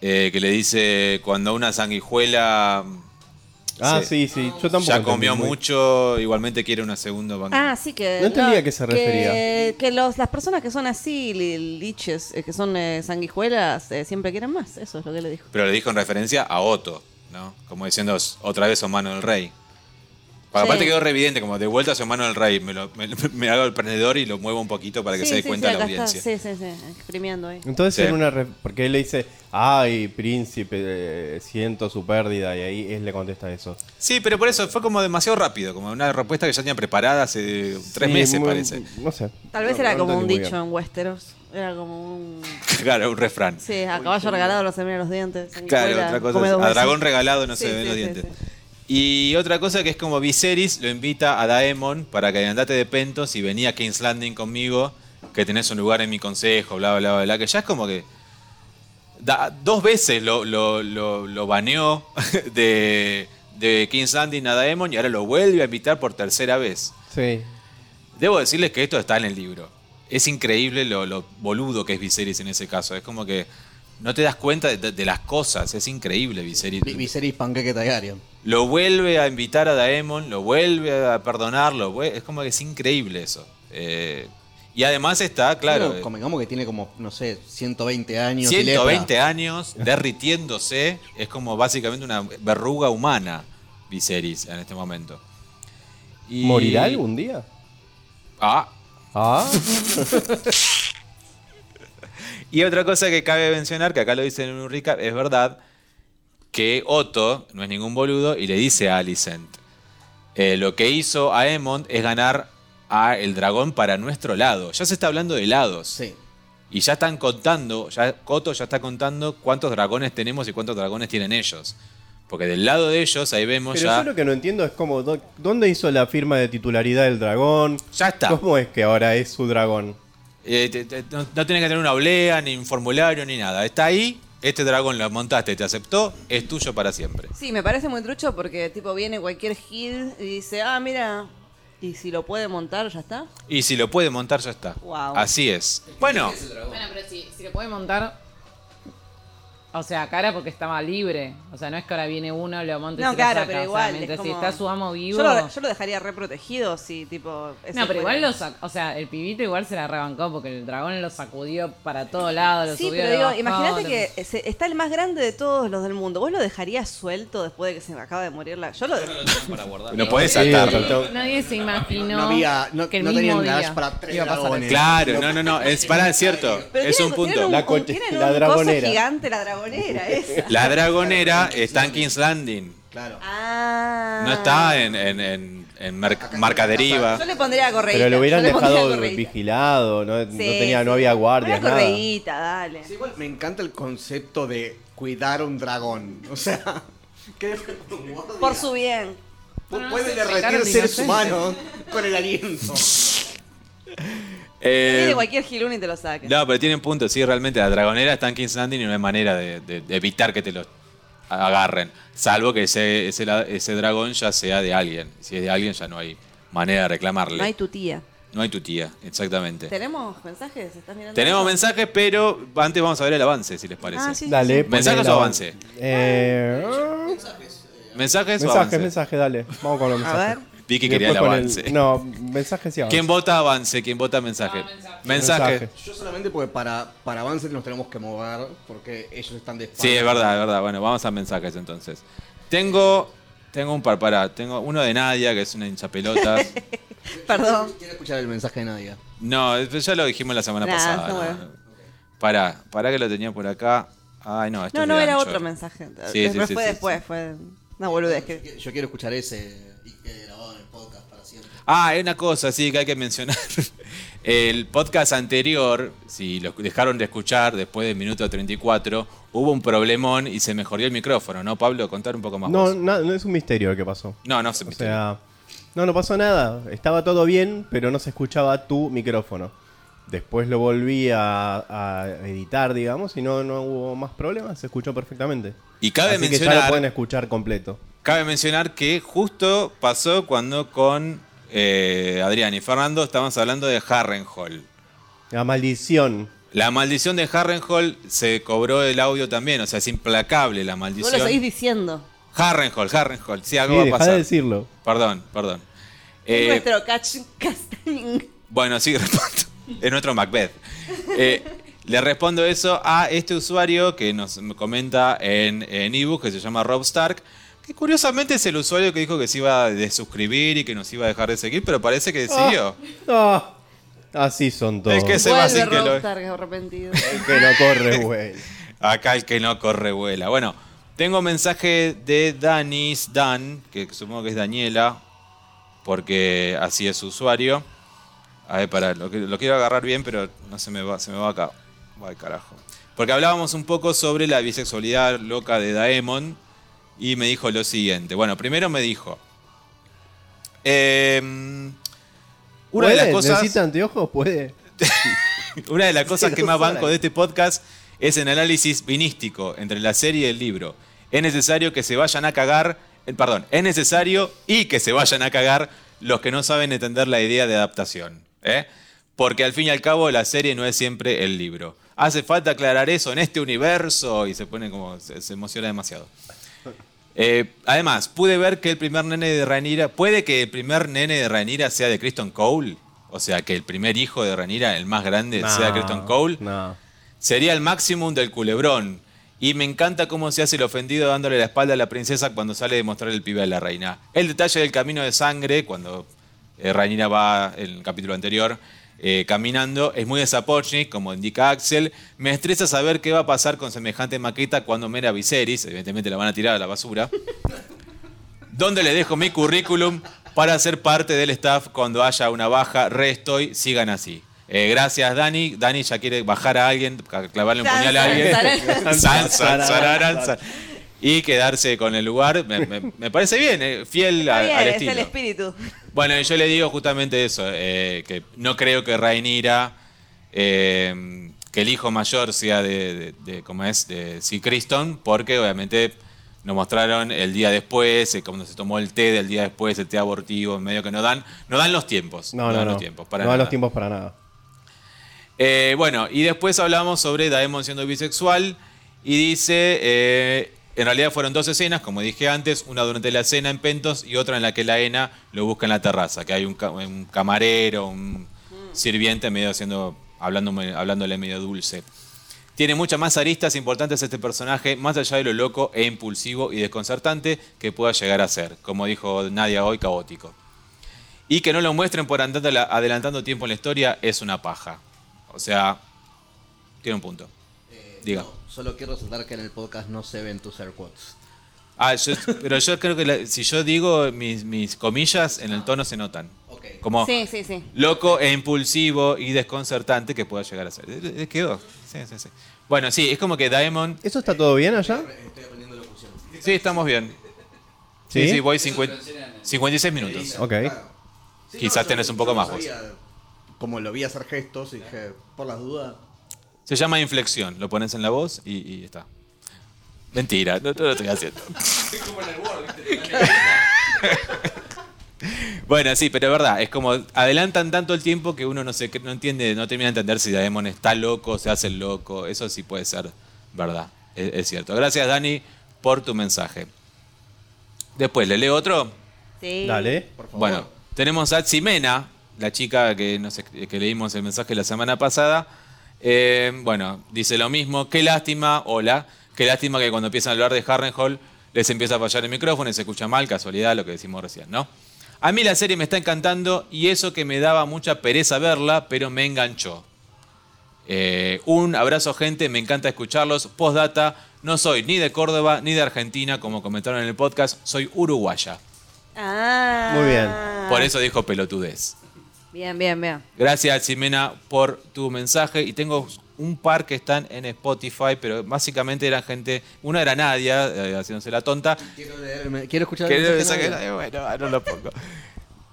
eh, que le dice cuando una sanguijuela Ah, se- sí, sí. Yo tampoco. ya entendí comió muy- mucho, igualmente quiere una segunda banca. Ah, sí que... No entendía a qué se Que, refería. que los, las personas que son así, li- liches, eh, que son eh, sanguijuelas, eh, siempre quieren más. Eso es lo que le dijo. Pero le dijo en referencia a Otto, ¿no? Como diciendo, "S- otra vez sos mano del rey. Porque Sí. Aparte quedó re evidente, como de vuelta a mano del rey. Me, lo- me- me hago el prendedor y lo muevo un poquito para que Sí, se dé sí, cuenta sí, la acá está. audiencia. Sí, sí, sí, exprimiendo ahí. Entonces Sí. era una re- porque él le dice, ay, príncipe, eh, siento su pérdida, y ahí él le contesta eso. Sí, pero por eso fue como demasiado rápido, como una respuesta que ya tenía preparada hace tres Sí, meses, muy- parece. No sé. Tal vez No, era no como un entendí muy dicho bien. en Westeros. Era como un... Claro, un refrán. Sí, a caballo regalado no se miran los dientes. Claro, sanguijuela, otra cosa. come es, dos a veces. dragón regalado no Sí, se ven sí, los sí, dientes. sí. Y otra cosa que es como Viserys lo invita a Daemon para que andate de Pentos y venía a King's Landing conmigo, que tenés un lugar en mi consejo, bla, bla, bla, bla, que ya es como que... da- dos veces lo, lo, lo- lo baneó de, de King's Landing a Daemon y ahora lo vuelve a invitar por tercera vez. Sí. Debo decirles que esto está en el libro. Es increíble lo, lo boludo que es Viserys en ese caso. Es como que No te das cuenta de, de- de las cosas, es increíble Viserys. Vi- Viserys Panqueque Targaryen. Lo vuelve a invitar a Daemon, lo vuelve a perdonarlo, vue- es como que es increíble eso. Eh, y además está, claro, eh. Pero convengamos que tiene como, no sé, 120 años. y 120 lepra. años derritiéndose, es como básicamente una verruga humana Viserys en este momento. Y- ¿Morirá algún día? Ah, Ah, Y otra cosa que cabe mencionar, que acá lo dicen en un recap, es verdad que Otto no es ningún boludo y le dice a Alicent, eh, lo que hizo a Aemond es ganar a el dragón para nuestro lado. Ya se está hablando de lados. Sí. Y ya están contando, ya Coto ya está contando cuántos dragones tenemos y cuántos dragones tienen ellos. Porque del lado de ellos ahí vemos pero ya... yo lo que no entiendo es cómo, do- ¿dónde hizo la firma de titularidad del dragón? Ya está. ¿Cómo es que ahora es su dragón? Eh, te- te- no, no tenés que tener una oblea, ni un formulario, ni nada. Está ahí, este dragón lo montaste, te aceptó, es tuyo para siempre. Sí, me parece muy trucho porque tipo viene cualquier Gil y dice, ah, mira, y si lo puede montar, ya está. Y si lo puede montar, ya está. Wow. Así es. Bueno, Bueno, pero si, si lo puede montar. O sea, cara porque estaba libre. O sea, no es que ahora viene uno, lo monta y No, se claro, lo saca. pero O sea, igual. es mientras si como- está su amo vivo. Yo lo, yo lo dejaría reprotegido si, tipo. ese No, pero fuera. igual lo sacó. O sea, el pibito igual se la rebancó porque el dragón lo sacudió para todo lado. Lo Sí, subió, pero lo digo, bajó, imagínate lo- que se- está el más grande de todos los del mundo. ¿Vos lo dejarías suelto después de que se me acaba de morir la.? Yo lo. para guardar. lo podés Sí, atar. faltó- Nadie se imaginó No, había, no, que el no mismo tenían garage día para tres iba a pasar dragones. Claro, no, no, no. Es para, es cierto. Pero Es tienen- un tienen punto. La un- coche- tienen la un coso dragonera. gigante, la dragonera, esa. La dragonera está en King's Landing. Claro. Ah. No está en, en, en, en Merc- Mercaderiva. Yo le pondría correíta. Pero lo hubieran yo le pondría dejado correíta. vigilado, no, no Sí, tenía, no sí. había guardias, Una nada. correíta, dale. Sí, igual me encanta el concepto de cuidar un dragón. O sea, ¿qué guardia? Por su bien. Pu- no Puede sé, derretir pecaron de seres inocente. humanos con el aliento. Eh, Eh, Viene cualquier gilún y te lo saca. no, pero tienen punto. Sí, realmente la dragonera está en King's Landing y no hay manera de, de- de evitar que te los agarren. Salvo que ese, ese, la- ese dragón ya sea de alguien. Si es de alguien, ya no hay manera de reclamarle. No hay tu tía. No hay tu tía, exactamente. ¿Tenemos mensajes? ¿Estás mirando? Tenemos algo? mensajes, pero antes vamos a ver el avance, si les parece. Ah, sí. Dale, ponele ¿Mensajes la- o avance? Eh, ¿Mensajes o mensaje, avance? mensaje, dale. Vamos con los A mensajes. ver. Vicky Y quería el después con avance. no, mensajes y avance. ¿Quién vota avance? ¿Quién vota mensaje? mensaje. Mensaje. Yo solamente porque para, para avance nos tenemos que mover porque ellos están de espalda. Sí, es verdad, es verdad. Bueno, vamos a mensajes entonces. Tengo, tengo un par, pará. Tengo uno de Nadia, que es una hinchapelotas. Perdón. Quiero escuchar el mensaje de Nadia. no, eso ya lo dijimos la semana Nah, pasada. está no, bueno. no. Pará, pará que lo tenía por acá. Ay, no, esto No, es no, de era Anchor. otro mensaje. Sí, sí, Pero sí, fue sí, después, sí. fue una boludez. Que... Yo quiero escuchar ese y que grabado en el podcast para siempre. Ah, hay una cosa, sí, que hay que mencionar. El podcast anterior, si lo dejaron de escuchar después del minuto 34, hubo un problemón y se mejoró el micrófono, ¿no, Pablo? Contar un poco más. No, vos. no, no es un misterio lo que pasó. no, no se O sea, no, no pasó nada. Estaba todo bien, pero no se escuchaba tu micrófono. Después lo volví a, a editar, digamos, y no, no hubo más problemas. Se escuchó perfectamente. Y cabe Así que ya lo mencionar- pueden escuchar completo. Cabe mencionar que justo pasó cuando con eh, Adrián y Fernando estábamos hablando de Harrenhall. La maldición. La maldición de Harrenhall se cobró el audio también, o sea, es implacable la Vos lo seguís maldición. diciendo. Harrenhall, Harrenhall, sí, algo Sí, va a dejá pasar. de decirlo. Perdón, perdón. Es Eh, nuestro catch castañín. Bueno, sí, respondo. Es nuestro Macbeth. Eh, le respondo eso a este usuario que nos comenta en, en ebook, que se llama Rob Stark, que curiosamente es el usuario que dijo que se iba a desuscribir y que nos iba a dejar de seguir, pero parece que Oh. decidió. Ah, así son todos. Es que se va Vuelve sin que lo- Rockstar arrepentido. El que no corre, güey. Acá el que no corre vuela. Bueno, tengo mensaje de Danis Dan, que supongo que es Daniela, porque así es su usuario. A ver, pará, lo, que- lo quiero agarrar bien, pero no se me va, se me va acá. Va al carajo. Porque hablábamos un poco sobre la bisexualidad loca de Daemon y me dijo lo siguiente. Bueno, primero me dijo. em, una de las ¿Puede? cosas. ¿Necesita anteojos? Puede. Una de las cosas Sí, que lo más saben. banco de este podcast es el análisis vinístico entre la serie y el libro. Es necesario que se vayan a cagar, eh, perdón, es necesario y que se vayan a cagar los que no saben entender la idea de adaptación. ¿eh? Porque al fin y al cabo la serie no es siempre el libro. hace falta aclarar eso en este universo y se pone como, se, se emociona demasiado. Eh, además, pude ver que el primer nene de Ranira, puede que el primer nene de Ranira sea de Kristen Cole, o sea, que el primer hijo de Ranira, el más grande, No, sea Kristen Cole, No. sería el máximo del culebrón. Y me encanta cómo se hace el ofendido dándole la espalda a la princesa cuando sale de mostrar el pibe a la reina. El detalle del camino de sangre, cuando eh, Rhaenyra va en el capítulo anterior eh, caminando, es muy de Sapochnik, como indica Axel. Me estresa saber qué va a pasar con semejante maqueta cuando Mera Viserys, evidentemente la van a tirar a la basura. ¿Dónde le dejo mi currículum para ser parte del staff cuando haya una baja? Re estoy, sigan así. Eh, gracias, Dani. Dani ya quiere bajar a alguien, ca- clavarle un San, puñal a san, alguien. sarán. San, san, Sarán, sarán, san. san. Y quedarse con el lugar. Me, me- me parece bien, eh, fiel a- Está bien, al es estilo. el espíritu. Bueno, y yo le digo justamente eso, eh, que no creo que Rainira, eh, que el hijo mayor sea de, de, de- ¿cómo es? De Sir Criston, porque obviamente nos mostraron el día después, eh, cuando se tomó el té del día después, el té abortivo, medio que no dan, no dan los tiempos. No, no, dan no. los tiempos, para no dan nada. los tiempos para nada. Eh, bueno, y después hablamos sobre Daemon siendo bisexual y dice, eh, en realidad fueron dos escenas, como dije antes, una durante la cena en Pentos y otra en la que la Ena lo busca en la terraza, que hay un, ca- un camarero, un sirviente medio haciendo, hablando, hablándole medio dulce. Tiene muchas más aristas importantes este personaje, más allá de lo loco e impulsivo y desconcertante que pueda llegar a ser, como dijo Nadia hoy, caótico. Y que no lo muestren por andando la- adelantando tiempo en la historia es una paja. O sea, tiene un punto. Diga. No, solo quiero resaltar que en el podcast no se ven tus airquods. Ah, yo- pero yo creo que la- si yo digo mis, mis comillas, en el tono se notan. Ok. Como Sí, sí, sí. loco e impulsivo y desconcertante que pueda llegar a ser. Eh, eh, Quedó. Sí, sí, sí. Bueno, sí, es como que Diamond. ¿Eso está todo bien allá? Sí, estamos bien. Sí, sí, voy 50 56 minutos. Ok. Quizás tenés un poco más vos. Como lo vi hacer gestos y dije, por las dudas. Se llama inflexión. Lo pones en la voz y, y está. Mentira, no, no lo estoy haciendo. bueno, sí, pero es verdad. Es como adelantan tanto el tiempo que uno no, se, no entiende, no termina de entender si Daemon está loco, se hace el loco. Eso sí puede ser verdad. Es, es cierto. Gracias, Dani, por tu mensaje. Después, ¿le leo otro? Sí. Dale. Bueno, tenemos a Ximena, la chica que, nos escri- que leímos el mensaje la semana pasada. Eh, bueno, dice lo mismo. Qué lástima, hola, qué lástima que cuando empiezan a hablar de Harrenhal les empieza a fallar el micrófono y se escucha mal, casualidad, lo que decimos recién, ¿no? A mí la serie me está encantando y eso que me daba mucha pereza verla, pero me enganchó. Eh, un abrazo, gente. Me encanta escucharlos. Postdata: no soy ni de Córdoba ni de Argentina, como comentaron en el podcast. Soy uruguaya. Ah. Muy bien. Por eso dijo pelotudez. Bien, bien, bien. Gracias, Ximena, por tu mensaje. Y tengo un par que están en Spotify, pero básicamente eran gente. Una era Nadia, eh, haciéndose la tonta. Quiero, leerme- quiero escuchar Que el debe mensaje sacar- de eh, bueno, ah, no lo pongo.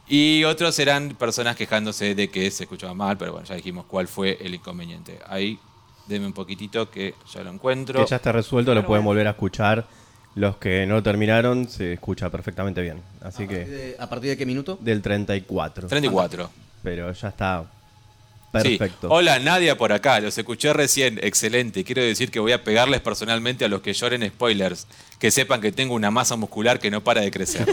Y otros eran personas quejándose de que se escuchaba mal, pero bueno, ya dijimos cuál fue el inconveniente. Ahí, deme un poquitito que ya lo encuentro. que ya está resuelto, lo pueden volver a escuchar. Los que no lo terminaron, se escucha perfectamente bien. Así nadie. que ¿A partir de qué minuto? del 34. 34. Pero ya está Sí. perfecto. Hola, Nadia por acá. Los escuché recién. Excelente. Quiero decir que voy a pegarles personalmente a los que lloren spoilers. Que sepan que tengo una masa muscular que no para de crecer.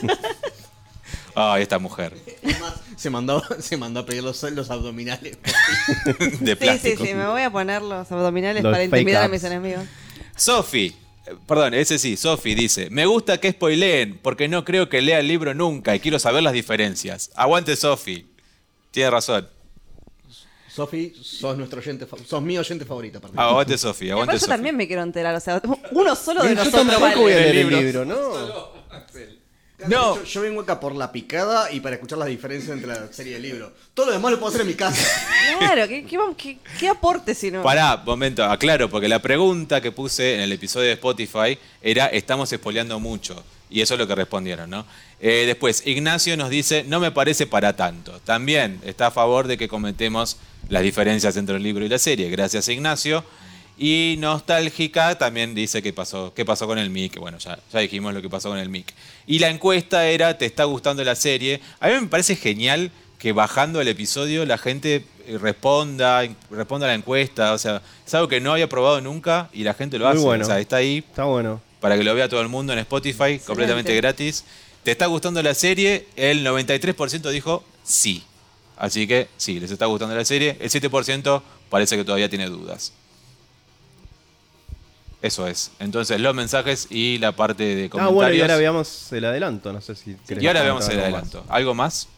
Ay, esta mujer. Además, se mandó, se mandó a pedir los, los abdominales. De Sí, sí, plástico. sí. Me voy a poner los abdominales Los para intimidar a fake mis abs. enemigos. Sofi. eh, Perdón, ese sí, Sofi dice, me gusta que spoileen, porque no creo que lea el libro nunca y quiero saber las diferencias. Aguante Sofi. Tiene razón. Sofi, sos nuestro oyente, fa- sos mi oyente favorito. a partir de Ah, Aguante Sofi, aguante Igual yo Sofi. también me quiero enterar. O sea, uno solo de yo nosotros tampoco voy a vale. leer el libro. libro, ¿no? ahora. No. Yo, yo vengo acá por la picada y para escuchar las diferencias entre la serie y el libro. Todo lo demás lo puedo hacer en mi casa. Claro, ¿qué, qué, vamos- qué- qué aporte si no? Pará, momento, aclaro, porque la pregunta que puse en el episodio de Spotify era, estamos spoileando mucho. Y eso es lo que respondieron, ¿no? Eh, después, Ignacio nos dice, no me parece para tanto. También está a favor de que comentemos las diferencias entre el libro y la serie. Gracias, Ignacio. Y Nostálgica también dice que pasó, qué pasó con el mic. Bueno, ya, ya dijimos lo que pasó con el mic. Y la encuesta era, ¿te está gustando la serie? A mí me parece genial que bajando el episodio la gente y responda, y responda a la encuesta. O sea, es algo que no había probado nunca y la gente lo Muy hace. bueno. O sea, está ahí Está bueno. para que lo vea todo el mundo en Spotify, completamente gratis. ¿Te está gustando la serie? El 93% dijo sí. Así que sí, les está gustando la serie. El 7% parece que todavía tiene dudas. Eso es. Entonces, los mensajes y la parte de Ah, comentarios. bueno, y ahora veamos el adelanto. No sé si querés Y ahora comentar veamos el algo más. adelanto. ¿Algo más?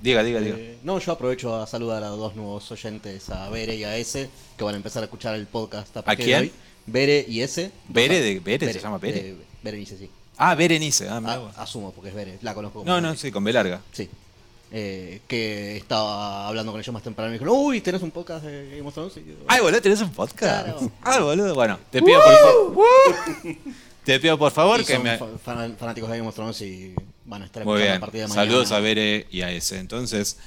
Diga, diga, diga. Eh, no, yo aprovecho a saludar a dos nuevos oyentes, a Bere y a Ese, que van a empezar a escuchar el podcast a partir de quién? hoy. Bere y Ese. Bere de- Bere se llama Bere. eh, de Berenice, sí. Ah, Berenice. Ah, mirá vos. A- asumo, porque es Bere, la conozco. como no, no, sí, con B larga. Sí. Eh, que estaba hablando con ellos más temprano y me dijeron, uy, ¿tenés un podcast de Game of Thrones? Y yo, Ay, boludo, tenés un podcast. Claro. Ay, boludo. Bueno, te pido por favor. Te pido por favor y que son me. fa- fan- fanáticos de Game of Thrones y van a estar Muy escuchando bien. a partir de mañana. Saludos a Bere y a ese. Entonces,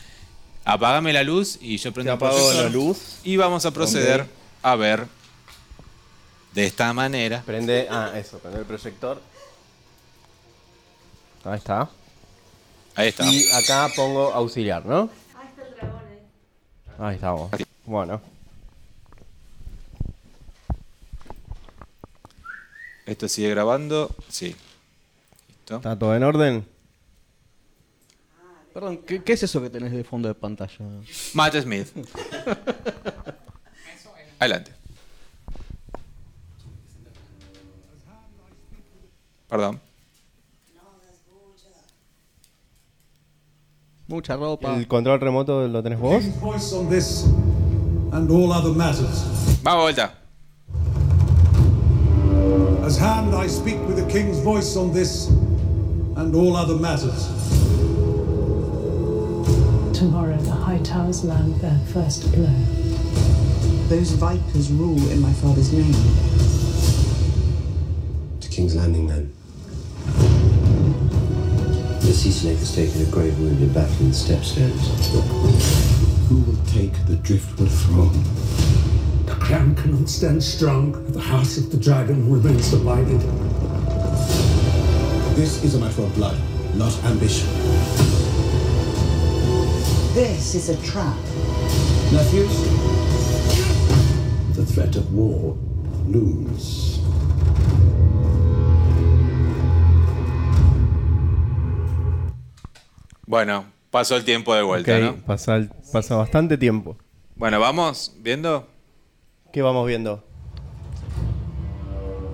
apagame la luz y yo Te prendo el apagó proyector. la luz. Y vamos a proceder a ver de esta manera. Prende. Ah, eso, prende el proyector. Ahí está. Ahí está. Y acá pongo auxiliar, ¿no? Ahí está el dragón. Ahí estamos. Bueno. Esto sigue grabando. Sí. Listo. ¿Está todo en orden? Perdón, ¿qué, qué es eso que tenés de fondo de pantalla? Matt Smith. Adelante. Perdón. Mucha ropa. ¿El control remoto lo tenés vos? voice on this and all other matters. Vamos, vuelta. As hand, I speak with the king's voice on this and all other matters. Tomorrow the High Towers land their first blow. Those vipers rule in my father's name. To King's Landing, then. The sea snake has taken a grave wound in battling the stepstones. Who will take the driftwood throne? The crown cannot stand strong. The house of the dragon remains divided. This is a matter of blood, not ambition. This is a trap. Nephews? The threat of war looms. Bueno, pasó el tiempo de vuelta, Ok, ¿no? pasa, el- pasa bastante tiempo. Bueno, vamos viendo. ¿Qué vamos viendo?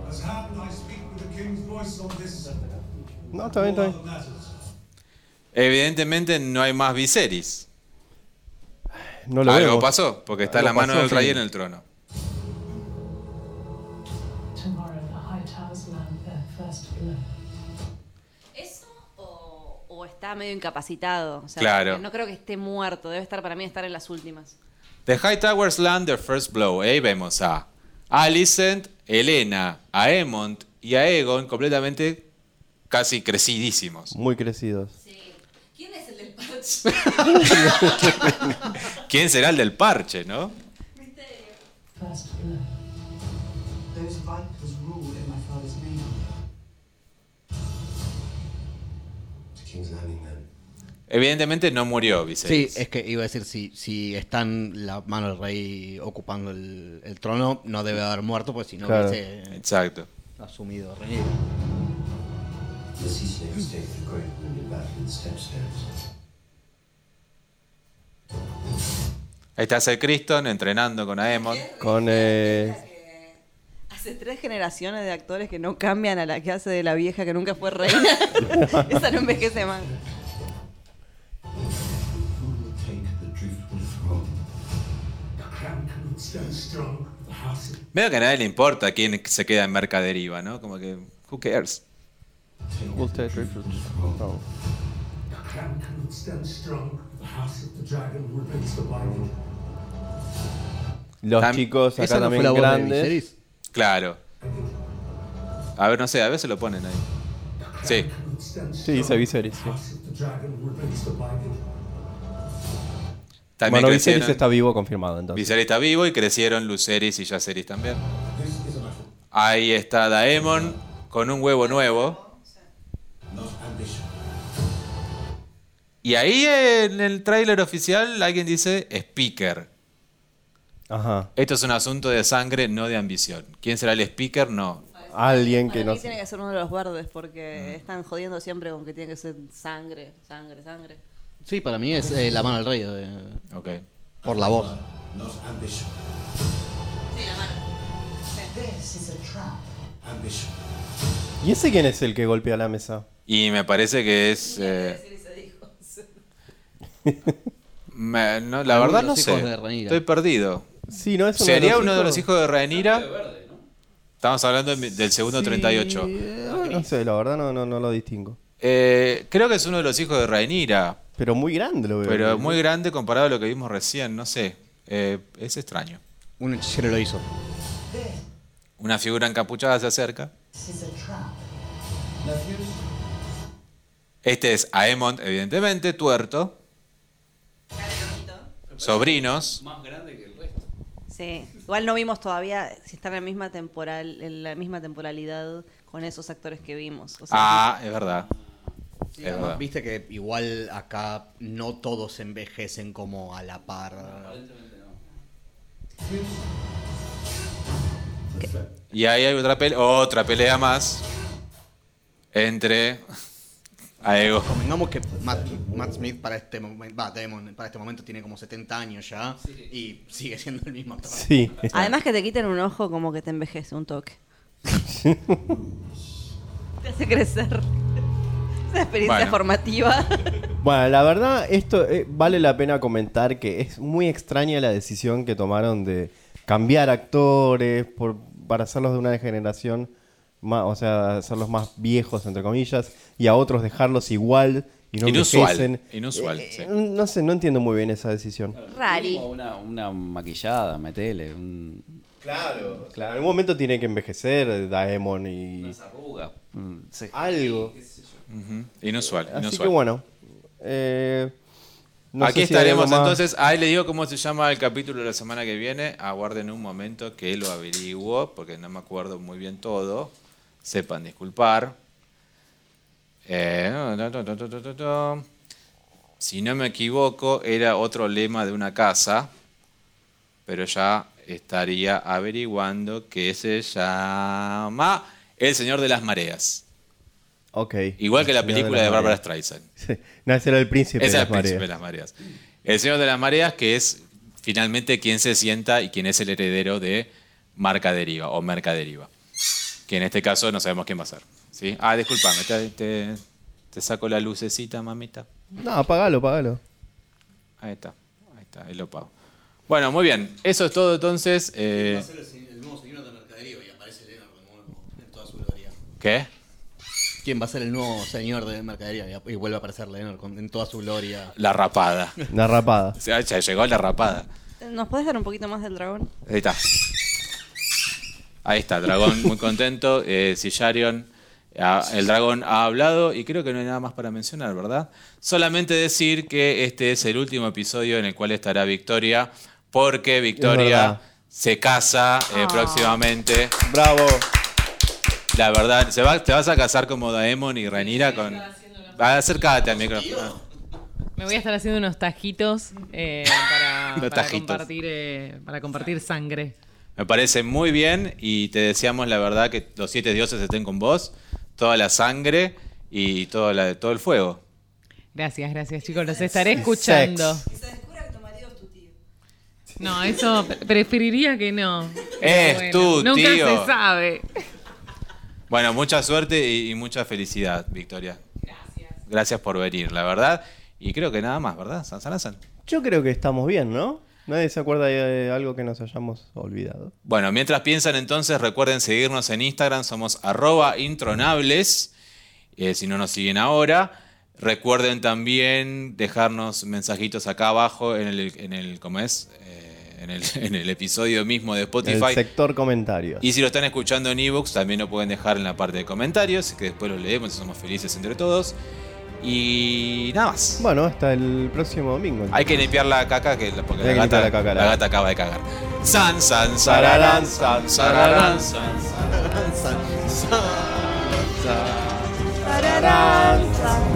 As hand, I speak with the king's voice on this and No, está bien, all está other bien. matters. Evidentemente no hay más Viserys. No lo Algo vemos. pasó, porque está Algo la mano pasó, del sí. rey en el trono. Tomorrow the High Towers land their first blow. ¿Eso o, o está medio incapacitado? O sea, Claro. No creo que esté muerto, debe estar para mí estar en las últimas. The High Towers land their first blow. Ahí vemos a Alicent, Elena, a Emond y a Egon completamente casi crecidísimos. Muy crecidos. ¿Quién es el del parche? ¿Quién será el del parche, no? First blow. Those vipers rule in my father's name. To King's Landing, then. Evidentemente no murió Sí, Viserys. es que iba a decir, si, si están la mano del rey ocupando el, el trono, no debe haber muerto, pues si no Claro. hubiese Exacto. asumido rey. The sea snake has taken a grave wound in battling the stepstones. Ahí está Sir Criston entrenando con Aemon. Con. Eh, Hace tres generaciones de actores que no cambian a la que hace de la vieja que nunca fue reina. Esa no envejece más. Who will take the driftwood throne? The crown cannot stand strong. The house of Veo que a nadie le importa quién se queda en Mercaderiva, ¿no? Como que, who cares? no. the crown cannot stand strong. The house of the dragon remains divided. Los Tam- chicos acá ¿Esa no fue también la voz de grandes. Viserys? Claro. A ver, no sé, a veces lo ponen ahí. Sí. Cannot stand Sí, dice Viserys. sí. The house of the dragon remains divided. También Bueno, crecieron. Viserys está vivo, confirmado entonces. Viserys está vivo y crecieron Luceris y Yaceris también. Ahí está Daemon con un huevo nuevo. Y ahí en el tráiler oficial alguien dice speaker. Ajá. Esto es un asunto de sangre, no de ambición. ¿Quién será el speaker? No. Alguien Para que no. mí tiene que ser uno de los verdes porque están jodiendo siempre con que tiene que ser sangre, sangre, sangre. Sí, para mí es eh, la mano del rey. eh, Ok. por la voz. Not ambition. This is a trap. Ambition. ¿Y ese quién es el que golpea la mesa? Y me parece que es... eh, me- no, la Alguno verdad de no los sé. hijos de Rhaenyra. Estoy perdido. Sí, no es uno de ¿Sería los uno de hijos? los hijos de Rhaenyra? Estamos hablando de mi- del segundo 38. Eh, no sé, la verdad no, no, no lo distingo. Eh, creo que es uno de los hijos de Rhaenyra, Pero muy grande lo veo. pero muy grande comparado a lo que vimos recién, no sé. Eh, es extraño. Un hechicero lo hizo. Una figura encapuchada se acerca. This is a trap. Este es Aemond, evidentemente, tuerto. Sobrinos. Más grande que el resto. Sí, igual no vimos todavía si está en la misma temporal, en la misma temporalidad con esos actores que vimos. O sea, Ah, es verdad. Sí, es además, verdad. Viste que igual acá no todos envejecen como a la par. Y ahí hay otra, pele- otra pelea más entre Aego. Convengamos que Matt, Matt Smith para este momento, va, Damon para este momento tiene como 70 años ya y sigue siendo el mismo actor. Sí. Además que te quiten un ojo como que te envejece un toque. te hace crecer. Es una experiencia Bueno. formativa. Bueno, la verdad, esto eh, vale la pena comentar que es muy extraña la decisión que tomaron de cambiar actores por, para hacerlos de una generación, más, o sea, hacerlos más viejos, entre comillas, y a otros dejarlos igual y no Inusual. envejecen. Inusual, Eh, sí. No sé, no entiendo muy bien esa decisión. Rari. Mínimo Una, una maquillada, metele. Un... Claro, claro. En algún momento tiene que envejecer Daemon y arrugas. mm, sí. algo. Ujú. Inusual, Así inusual. que bueno. eh, no sé Aquí si hay algo estaremos más. entonces. Ahí le digo cómo se llama el capítulo de la semana que viene. Aguarden un momento que lo averiguo, porque no me acuerdo muy bien todo. Sepan disculpar. Eh, no, no, no, no, no, no, no. Si no me equivoco, era otro lema de una casa, pero ya estaría averiguando que se llama El Señor de las Mareas. Ok. Igual que la El Señor película las de Barbara Mareas. Streisand. Sí. No, ese era el príncipe Ese de es las el príncipe de mareas. las mareas. El señor de las mareas, que es finalmente quien se sienta y quien es el heredero de Marca Deriva o Merca Deriva. Que en este caso no sabemos quién va a ser. ¿sí? Ah, disculpame, te, te- te saco la lucecita, mamita. No, apagalo, apagalo. Ahí está, ahí está, ahí lo pago. Bueno, muy bien, eso es todo entonces. eh, el nuevo señor de mercadería y aparece Leonard de nuevo en toda su gloria. ¿Qué? ¿Quién va a ser el nuevo señor de mercadería? Y vuelve a aparecer Leonard con- en toda su gloria. La rapada. La rapada. O sea, ya llegó la rapada. ¿Nos puedes dar un poquito más del dragón? Ahí está. Ahí está, dragón muy contento. Eh, Sillarion, ah, el dragón ha hablado y creo que no hay nada más para mencionar, ¿verdad? Solamente decir que este es el último episodio en el cual estará Victoria, porque verdad. Victoria se casa eh, próximamente. Bravo. La verdad, ¿se va- ¿te vas a casar como Daemon y Renira con...? Acércate al micrófono. Me voy a estar haciendo unos tajitos eh, para, Unos para tajitos. compartir, eh, para compartir sangre. Me parece muy bien y te deseamos la verdad que los siete dioses estén con vos, toda la sangre y toda la, todo el fuego. Gracias, gracias chicos, los estaré escuchando. Sex. No, eso pre- preferiría que no. Es tu nunca tío. se sabe. Bueno, mucha suerte y, y mucha felicidad, Victoria. Gracias. Gracias por venir, la verdad. Y creo que nada más, ¿verdad? San San, San. Yo creo que estamos bien, ¿no? Nadie se acuerda de algo que nos hayamos olvidado. Bueno, mientras piensan entonces, recuerden seguirnos en Instagram, somos arroba intronables, eh, si no nos siguen ahora. Recuerden también dejarnos mensajitos acá abajo en el, en el ¿cómo es? Eh, en, el, en el episodio mismo de El Spotify. sector comentarios. Y si lo están escuchando en ebooks, también lo pueden dejar en la parte de comentarios, que después lo leemos y somos felices entre todos. Y nada más. Bueno, hasta el próximo domingo. Hay que limpiar la caca, que, porque Hay la que gata, limpiar la caca, la la gata. gata acaba de cagar. San, san, sararán, san, sararán, san, sararán, san, sararán, san. Tararán, tararán.